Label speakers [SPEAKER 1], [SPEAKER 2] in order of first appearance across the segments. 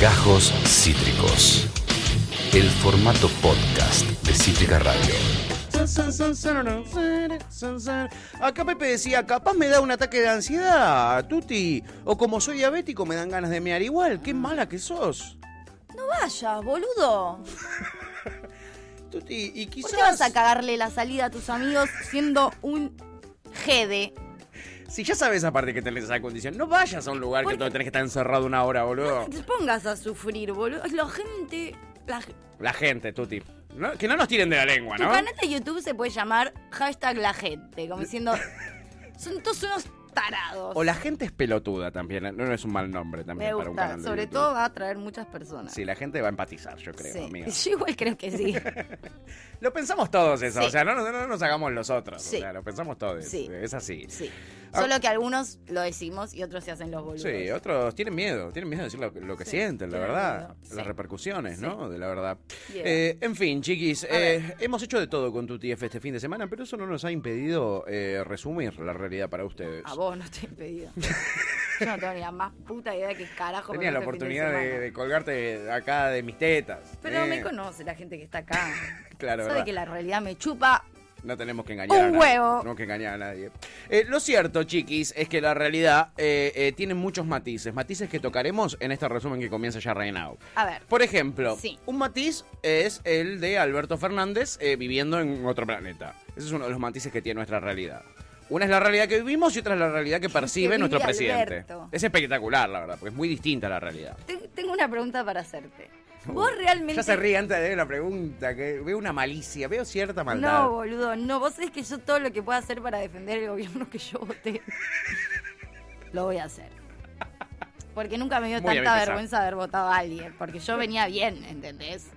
[SPEAKER 1] Gajos Cítricos. El formato podcast de Cítrica Radio.
[SPEAKER 2] Acá Pepe decía, capaz me da un ataque de ansiedad, Tuti. O como soy diabético me dan ganas de mear igual. Qué mala que sos.
[SPEAKER 3] No vayas, boludo.
[SPEAKER 2] Tuti, y quizás...
[SPEAKER 3] ¿Por qué vas a cagarle la salida a tus amigos siendo un jede?
[SPEAKER 2] Si ya sabes aparte que tenés esa condición, no vayas a un lugar que
[SPEAKER 3] Porque-
[SPEAKER 2] todo tenés que estar encerrado una hora, boludo.
[SPEAKER 3] No te pongas a sufrir, boludo. La gente... La, ge-
[SPEAKER 2] La gente, Tuti. No- que no nos tiren de la lengua,
[SPEAKER 3] Tu
[SPEAKER 2] ¿no?
[SPEAKER 3] canal de YouTube se puede llamar hashtag la gente, como diciendo... son todos unos tarados.
[SPEAKER 2] O la gente es pelotuda también. No, no es un mal nombre también
[SPEAKER 3] Me
[SPEAKER 2] para un
[SPEAKER 3] gusta.
[SPEAKER 2] canal de
[SPEAKER 3] Sobre
[SPEAKER 2] YouTube.
[SPEAKER 3] todo va a atraer muchas personas.
[SPEAKER 2] Sí, la gente va a empatizar, yo creo,
[SPEAKER 3] Sí.
[SPEAKER 2] amiga.
[SPEAKER 3] Yo igual creo que sí.
[SPEAKER 2] Lo pensamos todos eso,
[SPEAKER 3] Sí.
[SPEAKER 2] o sea, no, no- no nos hagamos los otros,
[SPEAKER 3] Sí.
[SPEAKER 2] o sea, lo pensamos todos,
[SPEAKER 3] Sí.
[SPEAKER 2] es así.
[SPEAKER 3] Sí.
[SPEAKER 2] Ah.
[SPEAKER 3] Solo que algunos lo decimos y otros se hacen los boludos.
[SPEAKER 2] Sí, otros tienen miedo, tienen miedo de decir lo, lo que
[SPEAKER 3] Sí,
[SPEAKER 2] sienten, la
[SPEAKER 3] tienen
[SPEAKER 2] verdad.
[SPEAKER 3] miedo,
[SPEAKER 2] Las
[SPEAKER 3] sí.
[SPEAKER 2] repercusiones,
[SPEAKER 3] Sí.
[SPEAKER 2] ¿no? De la verdad.
[SPEAKER 3] Yeah.
[SPEAKER 2] Eh, en fin, chiquis, eh,
[SPEAKER 3] ver.
[SPEAKER 2] hemos hecho de todo con tu TF este fin de semana, pero eso no nos ha impedido eh, resumir la realidad para ustedes.
[SPEAKER 3] A vos no te he pedido. Yo no tengo ni la más puta idea de qué carajo.
[SPEAKER 2] Tenías la
[SPEAKER 3] pasó este fin de
[SPEAKER 2] oportunidad de,
[SPEAKER 3] semana.
[SPEAKER 2] de colgarte acá de mis tetas.
[SPEAKER 3] Pero
[SPEAKER 2] ¿eh?
[SPEAKER 3] me conoce la gente que está acá.
[SPEAKER 2] Claro,
[SPEAKER 3] Sabe
[SPEAKER 2] ¿verdad?
[SPEAKER 3] que la realidad me chupa.
[SPEAKER 2] No tenemos que engañar a
[SPEAKER 3] Un
[SPEAKER 2] nadie.
[SPEAKER 3] huevo.
[SPEAKER 2] No tenemos que engañar a nadie. Eh, lo cierto, chiquis, es que la realidad eh, eh, tiene muchos matices. Matices que tocaremos en este resumen que comienza ya right now.
[SPEAKER 3] A ver.
[SPEAKER 2] Por ejemplo,
[SPEAKER 3] Sí.
[SPEAKER 2] un matiz es el de Alberto Fernández eh, viviendo en otro planeta. Ese es uno de los matices que tiene nuestra realidad. Una es la realidad que vivimos y otra es la realidad que percibe
[SPEAKER 3] vive
[SPEAKER 2] nuestro presidente.
[SPEAKER 3] Alberto.
[SPEAKER 2] Es espectacular, la verdad, porque es muy distinta la realidad.
[SPEAKER 3] te- Tengo una pregunta para hacerte. Vos realmente.
[SPEAKER 2] Ya se ríe antes de la pregunta, que veo una malicia, veo cierta maldad.
[SPEAKER 3] No, boludo, no. Vos sabés que yo todo lo que pueda hacer para defender el gobierno que yo voté, lo voy a hacer. Porque nunca me dio
[SPEAKER 2] Muy a mi
[SPEAKER 3] tanta
[SPEAKER 2] pesar.
[SPEAKER 3] vergüenza haber votado a alguien. Porque yo venía bien, ¿entendés?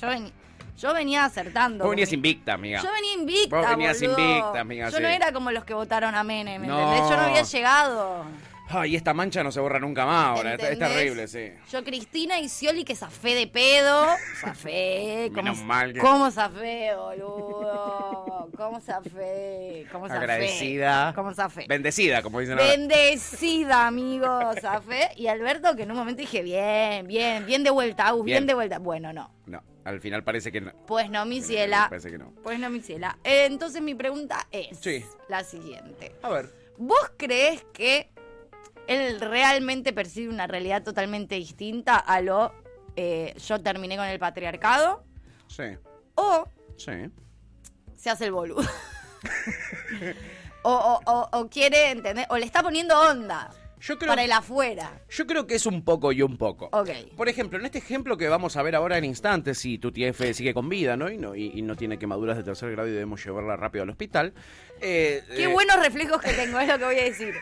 [SPEAKER 3] Yo, veni- yo venía acertando.
[SPEAKER 2] Vos venías
[SPEAKER 3] con mi-
[SPEAKER 2] invicta, amiga.
[SPEAKER 3] Yo venía invicta.
[SPEAKER 2] Vos venías
[SPEAKER 3] boludo.
[SPEAKER 2] invicta, amiga,
[SPEAKER 3] Yo
[SPEAKER 2] sí.
[SPEAKER 3] no era como los que votaron a Menem,
[SPEAKER 2] No.
[SPEAKER 3] ¿entendés? Yo no había llegado.
[SPEAKER 2] Ay, esta mancha no se borra nunca más ahora. Es, es
[SPEAKER 3] ¿entendés?
[SPEAKER 2] terrible, sí.
[SPEAKER 3] Yo, Cristina y Scioli, que zafé de pedo. Zafé. ¿Cómo,
[SPEAKER 2] Menos mal que-
[SPEAKER 3] ¿Cómo zafé, boludo? ¿Cómo zafé? ¿Cómo zafé?
[SPEAKER 2] Agradecida.
[SPEAKER 3] ¿Cómo zafé?
[SPEAKER 2] Bendecida, como dicen ahora.
[SPEAKER 3] Bendecida, amigos, zafé. Y Alberto, que en un momento dije, bien, bien, bien de vuelta, Agus, bien,
[SPEAKER 2] Bien.
[SPEAKER 3] de vuelta. Bueno, no.
[SPEAKER 2] No, al final parece que no.
[SPEAKER 3] Pues no, mi ciela.
[SPEAKER 2] Parece que no.
[SPEAKER 3] Pues no, mi ciela. Eh, entonces mi pregunta es
[SPEAKER 2] Sí.
[SPEAKER 3] la siguiente.
[SPEAKER 2] A ver.
[SPEAKER 3] ¿Vos crees que él realmente percibe una realidad totalmente distinta a lo eh, yo terminé con el patriarcado?
[SPEAKER 2] Sí,
[SPEAKER 3] ¿O
[SPEAKER 2] sí.
[SPEAKER 3] se hace el boludo? o, o- o- o quiere entender, o le está poniendo onda
[SPEAKER 2] Yo creo,
[SPEAKER 3] para el afuera.
[SPEAKER 2] yo creo que es un poco y un poco.
[SPEAKER 3] Ok.
[SPEAKER 2] Por ejemplo, en este ejemplo que vamos a ver ahora en instantes, si tu TF sigue con vida, ¿no? Y no, y, y no tiene quemaduras de tercer grado y debemos llevarla rápido al hospital. eh,
[SPEAKER 3] Qué
[SPEAKER 2] eh,
[SPEAKER 3] buenos reflejos que tengo, es lo que voy a decir.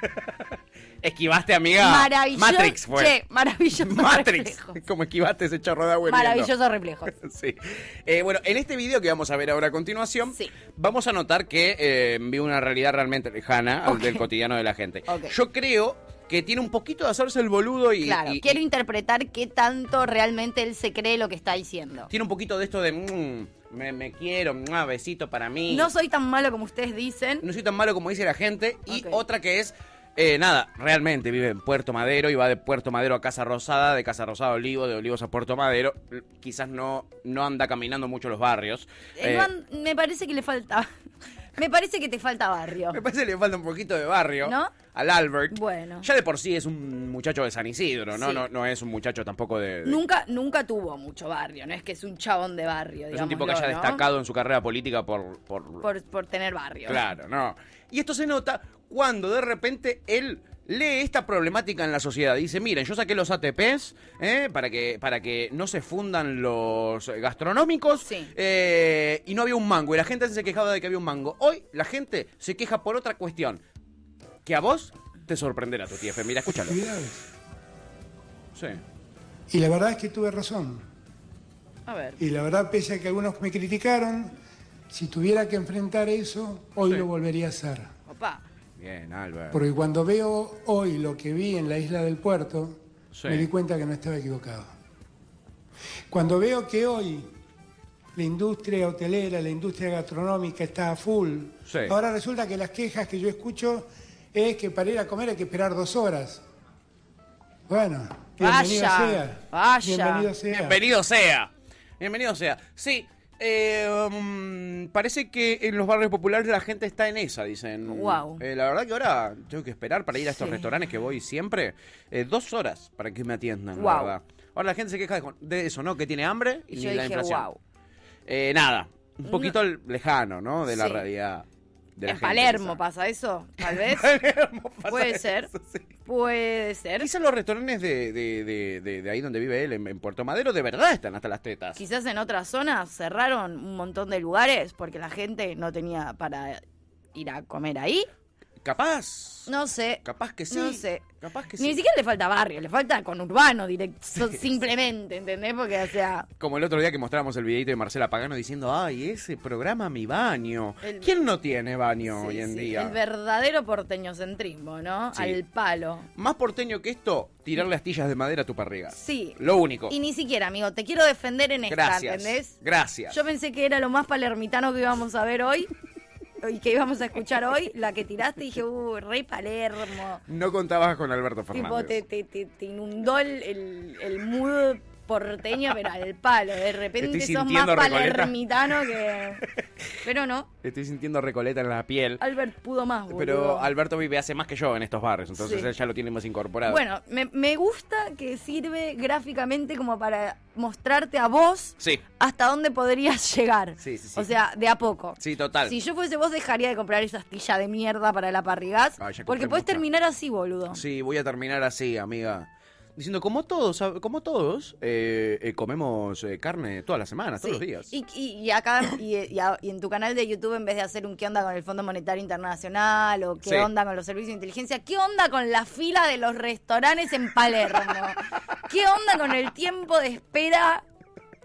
[SPEAKER 2] Esquivaste, amiga.
[SPEAKER 3] Maravilloso.
[SPEAKER 2] Matrix fue.
[SPEAKER 3] Che, maravilloso
[SPEAKER 2] Matrix.
[SPEAKER 3] reflejo.
[SPEAKER 2] Como esquivaste ese chorro de agua. hirviendo.
[SPEAKER 3] Maravillosos reflejos.
[SPEAKER 2] Sí. Eh, bueno, en este video que vamos a ver ahora a continuación,
[SPEAKER 3] Sí.
[SPEAKER 2] vamos a notar que eh, vi una realidad realmente lejana al
[SPEAKER 3] Ok.
[SPEAKER 2] del cotidiano de la gente.
[SPEAKER 3] Ok.
[SPEAKER 2] Yo creo que tiene un poquito de hacerse el boludo y,
[SPEAKER 3] Claro,
[SPEAKER 2] y-
[SPEAKER 3] quiero
[SPEAKER 2] y
[SPEAKER 3] interpretar qué tanto realmente él se cree lo que está diciendo.
[SPEAKER 2] tiene un poquito de esto de mm, me, me quiero, un besito para mí.
[SPEAKER 3] No soy tan malo como ustedes dicen.
[SPEAKER 2] No soy tan malo como dice la gente. Y
[SPEAKER 3] Ok.
[SPEAKER 2] otra que es, eh, nada, realmente vive en Puerto Madero y va de Puerto Madero a Casa Rosada, de Casa Rosada a Olivo, de Olivos a Puerto Madero. L- Quizás no, no anda caminando mucho los barrios.
[SPEAKER 3] Eh,
[SPEAKER 2] Eh,
[SPEAKER 3] no an- me parece que le falta. Me parece que te falta barrio.
[SPEAKER 2] Me parece que le falta un poquito de barrio.
[SPEAKER 3] ¿No?
[SPEAKER 2] Al Albert.
[SPEAKER 3] Bueno.
[SPEAKER 2] Ya de por sí es un muchacho de San Isidro, ¿no?
[SPEAKER 3] Sí.
[SPEAKER 2] No, no es un muchacho tampoco de. de-
[SPEAKER 3] Nunca, nunca tuvo mucho barrio, no es que es un chabón de barrio,
[SPEAKER 2] es un tipo que
[SPEAKER 3] digámoslo,
[SPEAKER 2] haya
[SPEAKER 3] ¿no?
[SPEAKER 2] destacado en su carrera política por. por-
[SPEAKER 3] por, por tener barrio.
[SPEAKER 2] Claro, no. Y esto se nota cuando de repente él lee esta problemática en la sociedad. Dice, miren, yo saqué los ATPs ¿eh? para, que, para que no se fundan los eh, gastronómicos
[SPEAKER 3] Sí.
[SPEAKER 2] eh, y no había un mango. Y la gente se quejaba de que había un mango. Hoy la gente se queja por otra cuestión que a vos te sorprenderá tu TF. Mira, escúchalo.
[SPEAKER 4] actividades.
[SPEAKER 2] Sí.
[SPEAKER 4] Y la verdad es que tuve razón.
[SPEAKER 3] A ver.
[SPEAKER 4] Y la verdad, pese a que algunos me criticaron, si tuviera que enfrentar eso, hoy
[SPEAKER 2] Sí.
[SPEAKER 4] lo volvería a hacer.
[SPEAKER 3] Papá.
[SPEAKER 2] Bien, Albert.
[SPEAKER 4] Porque cuando veo hoy lo que vi en la isla del puerto,
[SPEAKER 2] Sí.
[SPEAKER 4] me di cuenta que no estaba equivocado. Cuando veo que hoy la industria hotelera, la industria gastronómica está a full,
[SPEAKER 2] Sí.
[SPEAKER 4] ahora resulta que las quejas que yo escucho es que para ir a comer hay que esperar dos horas. Bueno, bienvenido
[SPEAKER 3] Vaya,
[SPEAKER 4] sea.
[SPEAKER 3] vaya.
[SPEAKER 4] Bienvenido sea.
[SPEAKER 2] Bienvenido sea. Bienvenido sea. Sí. eh, mm, parece que en los barrios populares la gente está en esa, dicen.
[SPEAKER 3] Guau.
[SPEAKER 2] Eh, la verdad que ahora tengo que esperar para ir a estos
[SPEAKER 3] Sí.
[SPEAKER 2] restaurantes que voy siempre. eh, dos horas para que me atiendan, la
[SPEAKER 3] Guau.
[SPEAKER 2] verdad. Ahora la gente se queja de- de eso, ¿no? Que tiene hambre y
[SPEAKER 3] Y yo
[SPEAKER 2] la
[SPEAKER 3] dije,
[SPEAKER 2] inflación.
[SPEAKER 3] wow.
[SPEAKER 2] Eh, nada, un poquito lejano, ¿no? De la
[SPEAKER 3] Sí.
[SPEAKER 2] realidad. de la
[SPEAKER 3] en
[SPEAKER 2] gente,
[SPEAKER 3] Palermo
[SPEAKER 2] quizá.
[SPEAKER 3] pasa eso, tal vez.
[SPEAKER 2] Palermo pasa
[SPEAKER 3] Puede
[SPEAKER 2] eso,
[SPEAKER 3] ser.
[SPEAKER 2] sí.
[SPEAKER 3] Puede ser.
[SPEAKER 2] Quizás los restaurantes de, de- de- de- de ahí donde vive él, en, en Puerto Madero, de verdad están hasta las tetas.
[SPEAKER 3] Quizás en otras zonas cerraron un montón de lugares porque la gente no tenía para ir a comer ahí.
[SPEAKER 2] Capaz.
[SPEAKER 3] No sé.
[SPEAKER 2] Capaz que sí.
[SPEAKER 3] No sé.
[SPEAKER 2] Capaz que
[SPEAKER 3] Ni
[SPEAKER 2] sí.
[SPEAKER 3] siquiera le falta barrio, le falta conurbano directo, simplemente, ¿entendés? Porque, o sea,
[SPEAKER 2] Como el otro día que mostrábamos el videito de Marcela Pagano diciendo, ay, ese programa Mi Baño.
[SPEAKER 3] El-
[SPEAKER 2] ¿Quién no tiene baño
[SPEAKER 3] sí,
[SPEAKER 2] hoy en
[SPEAKER 3] sí,
[SPEAKER 2] día?
[SPEAKER 3] el verdadero porteñocentrismo, ¿no?
[SPEAKER 2] Sí.
[SPEAKER 3] Al palo.
[SPEAKER 2] Más porteño que esto, tirarle astillas de madera a tu parriga.
[SPEAKER 3] Sí.
[SPEAKER 2] Lo único.
[SPEAKER 3] Y ni siquiera, amigo, te quiero defender en esta,
[SPEAKER 2] Gracias.
[SPEAKER 3] ¿entendés?
[SPEAKER 2] Gracias.
[SPEAKER 3] Yo pensé que era lo más palermitano que íbamos a ver hoy y que íbamos a escuchar hoy, la que tiraste y dije, uh, rey Palermo.
[SPEAKER 2] No contabas con Alberto
[SPEAKER 3] Tipo,
[SPEAKER 2] Fernández.
[SPEAKER 3] te, te- te- te inundó el, el, el mood porteño, pero al palo. De repente
[SPEAKER 2] Estoy
[SPEAKER 3] sos más
[SPEAKER 2] sintiendo, Recoleta.
[SPEAKER 3] palermitano que... Pero no,
[SPEAKER 2] Estoy sintiendo recoleta en la piel.
[SPEAKER 3] Albert pudo más, boludo.
[SPEAKER 2] Pero Alberto vive hace más que yo en estos barrios, entonces
[SPEAKER 3] Sí.
[SPEAKER 2] él ya lo tiene más incorporado.
[SPEAKER 3] Bueno, me, me gusta que sirve gráficamente como para mostrarte a vos
[SPEAKER 2] Sí,
[SPEAKER 3] hasta dónde podrías llegar.
[SPEAKER 2] Sí, sí, sí.
[SPEAKER 3] O sea, de a poco.
[SPEAKER 2] sí, total.
[SPEAKER 3] Si yo fuese vos, dejaría de comprar esa astilla de mierda para la parrigás.
[SPEAKER 2] Ah, ya compré
[SPEAKER 3] porque podés
[SPEAKER 2] mucha.
[SPEAKER 3] terminar así, boludo.
[SPEAKER 2] Sí, voy a terminar así, amiga. Diciendo, como todos, ¿sab- como todos, eh, eh, comemos eh, carne todas las semanas, todos
[SPEAKER 3] Sí.
[SPEAKER 2] los días.
[SPEAKER 3] Y, y- y acá y, y a- y en tu canal de YouTube en vez de hacer un qué onda con el Fondo Monetario Internacional o qué
[SPEAKER 2] Sí.
[SPEAKER 3] onda con los servicios de inteligencia, qué onda con la fila de los restaurantes en Palermo, qué onda con el tiempo de espera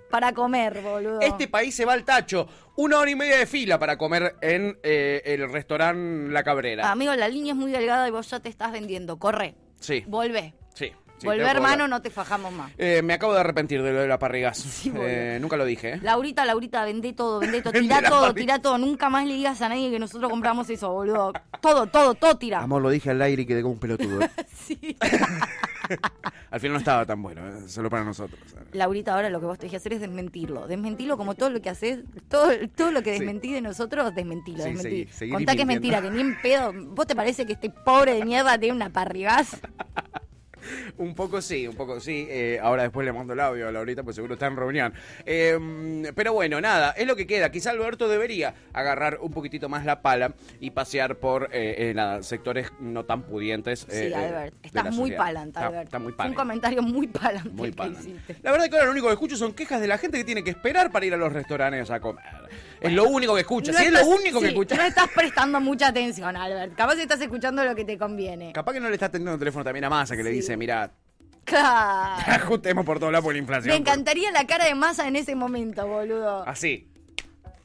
[SPEAKER 3] para comer, boludo.
[SPEAKER 2] Este país se va al tacho. Una hora y media de fila para comer en eh, el restaurante La Cabrera.
[SPEAKER 3] Amigo, la línea es muy delgada y vos ya te estás vendiendo. Corre.
[SPEAKER 2] Sí,
[SPEAKER 3] Volvé.
[SPEAKER 2] sí. sí,
[SPEAKER 3] Volvé,
[SPEAKER 2] tengo que
[SPEAKER 3] hermano,
[SPEAKER 2] volver.
[SPEAKER 3] no te fajamos más.
[SPEAKER 2] Eh, me acabo de arrepentir de lo de la parrigas.
[SPEAKER 3] boludo.
[SPEAKER 2] Eh, nunca lo dije. ¿eh?
[SPEAKER 3] Laurita, Laurita, vendé todo, vendé todo,
[SPEAKER 2] Vendé
[SPEAKER 3] tirá
[SPEAKER 2] la
[SPEAKER 3] todo,
[SPEAKER 2] parrilla.
[SPEAKER 3] tirá todo. Nunca más le digas a nadie que nosotros compramos eso, boludo. Todo, todo, todo tira.
[SPEAKER 2] Amor, lo dije al aire y quedé como un pelotudo.
[SPEAKER 3] Sí.
[SPEAKER 2] al final no estaba tan bueno, eh, solo para nosotros.
[SPEAKER 3] Laurita, ahora lo que vos tenés que hacer es desmentirlo. Desmentirlo como todo lo que haces, todo, todo lo que
[SPEAKER 2] Sí.
[SPEAKER 3] desmentí de nosotros, desmentilo,
[SPEAKER 2] Sí,
[SPEAKER 3] desmentí.
[SPEAKER 2] seguí- seguí
[SPEAKER 3] Contá que es mentira,
[SPEAKER 2] desmintiendo.
[SPEAKER 3] que ni en pedo. ¿Vos te parece que este pobre de mierda tiene una
[SPEAKER 2] Eh,
[SPEAKER 3] parrigás?
[SPEAKER 2] Un poco sí, un poco sí. Eh, ahora después le mando el audio a Laurita, pues seguro está en reunión. Eh, pero bueno, nada, es lo que queda. Quizá Alberto debería agarrar un poquitito más la pala y pasear por eh, eh, nada, sectores no tan pudientes. eh,
[SPEAKER 3] sí,
[SPEAKER 2] eh,
[SPEAKER 3] Albert.
[SPEAKER 2] de la
[SPEAKER 3] Estás muy
[SPEAKER 2] sociedad.
[SPEAKER 3] palante,
[SPEAKER 2] Está-
[SPEAKER 3] Albert.
[SPEAKER 2] Está, muy
[SPEAKER 3] Fue Un
[SPEAKER 2] palante.
[SPEAKER 3] comentario muy palante
[SPEAKER 2] Muy
[SPEAKER 3] que
[SPEAKER 2] palante.
[SPEAKER 3] hiciste.
[SPEAKER 2] La verdad que ahora lo único que escucho son quejas de la gente que tiene que esperar para ir a los restaurantes a comer. Es lo único que escucho.
[SPEAKER 3] No
[SPEAKER 2] si es
[SPEAKER 3] estás-
[SPEAKER 2] lo único que
[SPEAKER 3] sí,
[SPEAKER 2] escucho.
[SPEAKER 3] No estás prestando mucha atención, Albert. Capaz estás escuchando lo que te conviene.
[SPEAKER 2] Capaz que no le está atendiendo el teléfono también a Massa, que le
[SPEAKER 3] Sí.
[SPEAKER 2] dice, mira,
[SPEAKER 3] Claro.
[SPEAKER 2] ajustemos por todo lado por la inflación.
[SPEAKER 3] Me encantaría la cara de masa en ese momento, boludo.
[SPEAKER 2] Así.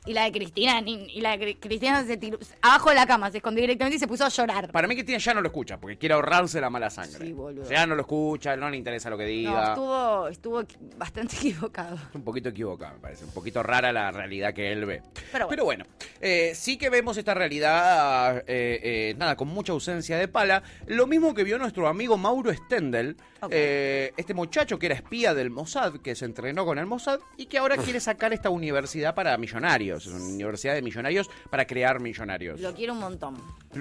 [SPEAKER 3] Y la de Cristina, ni- y la de Cri- Cristina se tiró abajo de la cama, se escondió directamente y se puso a llorar.
[SPEAKER 2] Para mí que tiene ya no lo escucha, porque quiere ahorrarse la mala sangre.
[SPEAKER 3] Sí, boludo.
[SPEAKER 2] Ya no lo escucha, no le interesa lo que
[SPEAKER 3] No,
[SPEAKER 2] diga.
[SPEAKER 3] estuvo, estuvo equi- bastante equivocado.
[SPEAKER 2] un poquito equivocado, me parece. Un poquito rara la realidad que él ve.
[SPEAKER 3] Pero bueno.
[SPEAKER 2] eh, sí que vemos esta realidad, eh, eh, nada, con mucha ausencia de pala. Lo mismo que vio nuestro amigo Mauro Stendel,
[SPEAKER 3] Ok.
[SPEAKER 2] eh, este muchacho que era espía del Mossad, que se entrenó con el Mossad y que ahora quiere sacar esta universidad para millonarios. Es una universidad de millonarios para crear millonarios.
[SPEAKER 3] Lo
[SPEAKER 2] Lo,
[SPEAKER 3] quiero un montón.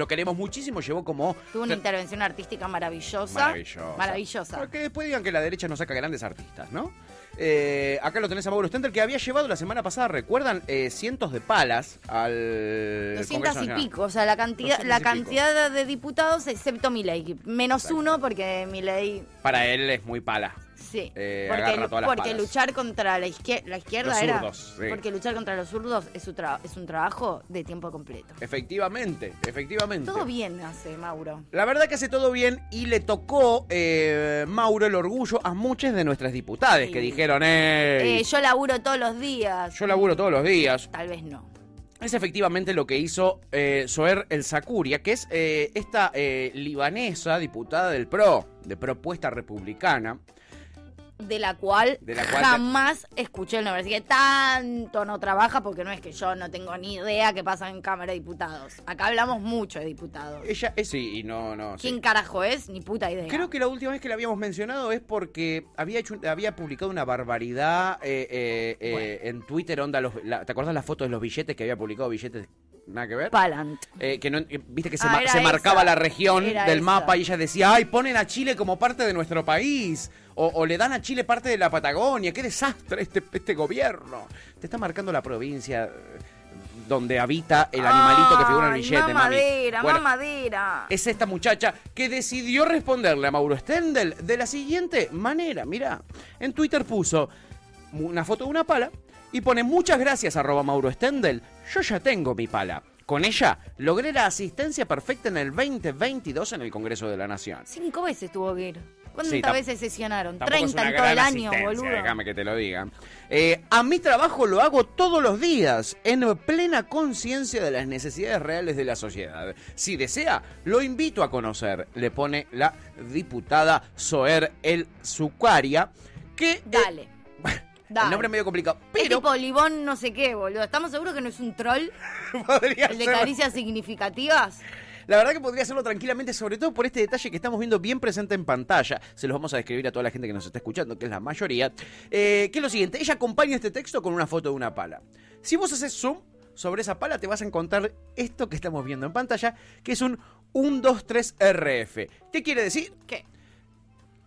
[SPEAKER 2] queremos muchísimo, llevó como...
[SPEAKER 3] Tuvo una
[SPEAKER 2] tre-
[SPEAKER 3] intervención artística maravillosa.
[SPEAKER 2] Maravillosa.
[SPEAKER 3] Maravillosa.
[SPEAKER 2] Porque después digan que la derecha no saca grandes artistas, ¿no? Eh, acá lo tenés a Mauro Stender, que había llevado la semana pasada, recuerdan, Eh, cientos de palas al.
[SPEAKER 3] 200
[SPEAKER 2] Congreso
[SPEAKER 3] y
[SPEAKER 2] Nacional.
[SPEAKER 3] pico, o sea, la cantidad,
[SPEAKER 2] 200
[SPEAKER 3] la
[SPEAKER 2] y pico.
[SPEAKER 3] cantidad de diputados excepto Milei, menos
[SPEAKER 2] Exacto.
[SPEAKER 3] uno porque Milei,
[SPEAKER 2] Para él es muy pala.
[SPEAKER 3] sí,
[SPEAKER 2] Eh,
[SPEAKER 3] porque,
[SPEAKER 2] agarra todas las
[SPEAKER 3] porque
[SPEAKER 2] palas.
[SPEAKER 3] luchar contra la izquierda, la izquierda
[SPEAKER 2] Los
[SPEAKER 3] era,
[SPEAKER 2] zurdos, sí.
[SPEAKER 3] porque luchar contra los zurdos es, su tra- es un trabajo de tiempo completo.
[SPEAKER 2] Efectivamente, efectivamente.
[SPEAKER 3] Todo bien hace Mauro.
[SPEAKER 2] La verdad que hace todo bien y le tocó, eh, Mauro, el orgullo a muchas de nuestras diputadas
[SPEAKER 3] Sí.
[SPEAKER 2] que dijeron, "Ey,
[SPEAKER 3] Eh, yo laburo todos los días.
[SPEAKER 2] yo laburo todos los días,
[SPEAKER 3] Tal vez no.
[SPEAKER 2] Es efectivamente lo que hizo eh, Soher El Sakuria, que es eh, esta eh, libanesa diputada del PRO, de propuesta republicana,
[SPEAKER 3] de la cual,
[SPEAKER 2] De la cual te-
[SPEAKER 3] jamás escuché el nombre. Así que tanto no trabaja porque no es que yo no tengo ni idea qué pasa en Cámara de Diputados. Acá hablamos mucho de diputados.
[SPEAKER 2] Ella es, sí, y no, no. Eh, sí.
[SPEAKER 3] ¿Quién carajo es? Ni puta idea.
[SPEAKER 2] Creo que la última vez que la habíamos mencionado es porque había hecho, había publicado una barbaridad eh, eh, eh, en Twitter, onda, los, la- ¿te acordás las fotos de los billetes que había publicado? Billetes, nada que ver.
[SPEAKER 3] Palant.
[SPEAKER 2] Eh, que no, eh, viste que se,
[SPEAKER 3] Ah,
[SPEAKER 2] ma-
[SPEAKER 3] era
[SPEAKER 2] se
[SPEAKER 3] esa.
[SPEAKER 2] marcaba la región
[SPEAKER 3] Era
[SPEAKER 2] del
[SPEAKER 3] esa.
[SPEAKER 2] mapa y ella decía, ay, ponen a Chile como parte de nuestro país. O, o le dan a Chile parte de la Patagonia. Qué desastre este, este gobierno. Te está marcando la provincia eh, donde habita el animalito que figura en el
[SPEAKER 3] Ay,
[SPEAKER 2] billete, mami.
[SPEAKER 3] mamadera,
[SPEAKER 2] Bueno,
[SPEAKER 3] mamadera.
[SPEAKER 2] es esta muchacha que decidió responderle a Mauro Stendel de la siguiente manera. Mirá, en Twitter puso mu- una foto de una pala y pone muchas gracias arroba Mauro Stendel. Yo ya tengo mi pala. Con ella logré la asistencia perfecta en el 2022 en el Congreso de la Nación.
[SPEAKER 3] Cinco veces tuvo que ir. ¿Cuántas
[SPEAKER 2] Sí, tam-
[SPEAKER 3] veces sesionaron?
[SPEAKER 2] Tampoco es
[SPEAKER 3] Treinta
[SPEAKER 2] una
[SPEAKER 3] en todo el
[SPEAKER 2] gran
[SPEAKER 3] año,
[SPEAKER 2] asistencia,
[SPEAKER 3] boludo.
[SPEAKER 2] Déjame que te lo diga. Eh, a mi trabajo lo hago todos los días, en plena conciencia de las necesidades reales de la sociedad. Si desea, lo invito a conocer, le pone la diputada Soer El Zucaria, que... eh,
[SPEAKER 3] Dale.
[SPEAKER 2] El
[SPEAKER 3] Dale.
[SPEAKER 2] nombre es medio complicado,
[SPEAKER 3] Es
[SPEAKER 2] pero
[SPEAKER 3] tipo Libón no sé qué, boludo. ¿Estamos seguros que no es un troll?
[SPEAKER 2] podría
[SPEAKER 3] ¿El de
[SPEAKER 2] ser-
[SPEAKER 3] caricias significativas?
[SPEAKER 2] La verdad que podría hacerlo tranquilamente, sobre todo por este detalle que estamos viendo bien presente en pantalla. Se los vamos a describir a toda la gente que nos está escuchando, que es la mayoría. Eh, que es lo siguiente, ella acompaña este texto con una foto de una pala. Si vos haces zoom sobre esa pala, te vas a encontrar esto que estamos viendo en pantalla, que es un 123RF. ¿Qué quiere decir?
[SPEAKER 3] ¿Qué?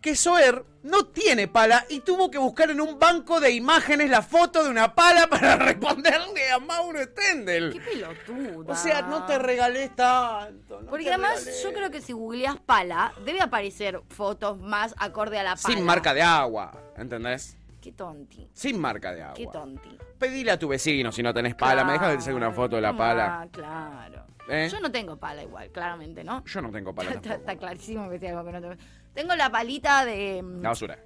[SPEAKER 2] Que Soer no tiene pala y tuvo que buscar en un banco de imágenes la foto de una pala para responderle a Mauro Stendel.
[SPEAKER 3] Qué pelotuda.
[SPEAKER 2] O sea, no te regales tanto. no
[SPEAKER 3] Porque
[SPEAKER 2] te
[SPEAKER 3] además
[SPEAKER 2] regales.
[SPEAKER 3] yo creo que si googleas pala, debe aparecer fotos más acorde a la pala.
[SPEAKER 2] Sin marca de agua, ¿entendés?
[SPEAKER 3] Qué tonti.
[SPEAKER 2] Sin marca de agua.
[SPEAKER 3] Qué tonti.
[SPEAKER 2] Pedile a tu vecino si no tenés Ah, pala. Me dejas de hacer una foto de la
[SPEAKER 3] Claro,
[SPEAKER 2] pala.
[SPEAKER 3] Ah, claro.
[SPEAKER 2] ¿Eh?
[SPEAKER 3] Yo no tengo pala igual, claramente, ¿no?
[SPEAKER 2] Yo no tengo pala
[SPEAKER 3] Está,
[SPEAKER 2] tampoco.
[SPEAKER 3] está clarísimo que tengo que no tengo. Tengo la palita de. mm,
[SPEAKER 2] La basura.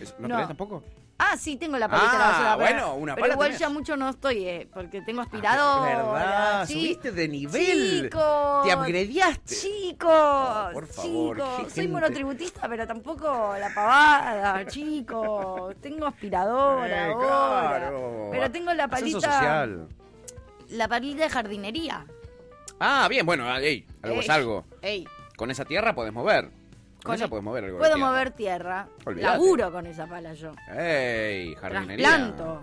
[SPEAKER 2] Es- ¿No,
[SPEAKER 3] No.
[SPEAKER 2] tenés tampoco?
[SPEAKER 3] Ah, sí, tengo la palita de la
[SPEAKER 2] Ah,
[SPEAKER 3] basura. pero-
[SPEAKER 2] bueno, una
[SPEAKER 3] Pero
[SPEAKER 2] pala
[SPEAKER 3] igual
[SPEAKER 2] tenés. Ah,
[SPEAKER 3] ya mucho no estoy, eh, porque tengo aspirador.
[SPEAKER 2] verdad, subiste de nivel.
[SPEAKER 3] Chicos.
[SPEAKER 2] Te upgradeaste.
[SPEAKER 3] Chicos.
[SPEAKER 2] por favor, qué
[SPEAKER 3] Chicos. Soy
[SPEAKER 2] gente.
[SPEAKER 3] monotributista, pero tampoco la pavada, chicos. Tengo aspiradora
[SPEAKER 2] Eh,
[SPEAKER 3] ahora.
[SPEAKER 2] claro.
[SPEAKER 3] Pero tengo la
[SPEAKER 2] Ascenso
[SPEAKER 3] palita.
[SPEAKER 2] social.
[SPEAKER 3] La palita de jardinería.
[SPEAKER 2] Ah, bien, bueno, ah, ey, algo
[SPEAKER 3] Ey,
[SPEAKER 2] es algo.
[SPEAKER 3] Ey.
[SPEAKER 2] Con esa tierra podés mover. Con,
[SPEAKER 3] Con
[SPEAKER 2] esa
[SPEAKER 3] el-
[SPEAKER 2] podés mover algo. de
[SPEAKER 3] Puedo
[SPEAKER 2] tierra.
[SPEAKER 3] mover tierra.
[SPEAKER 2] Olvídate.
[SPEAKER 3] Laburo con esa pala yo.
[SPEAKER 2] Ey, jardinería.
[SPEAKER 3] Trasplanto.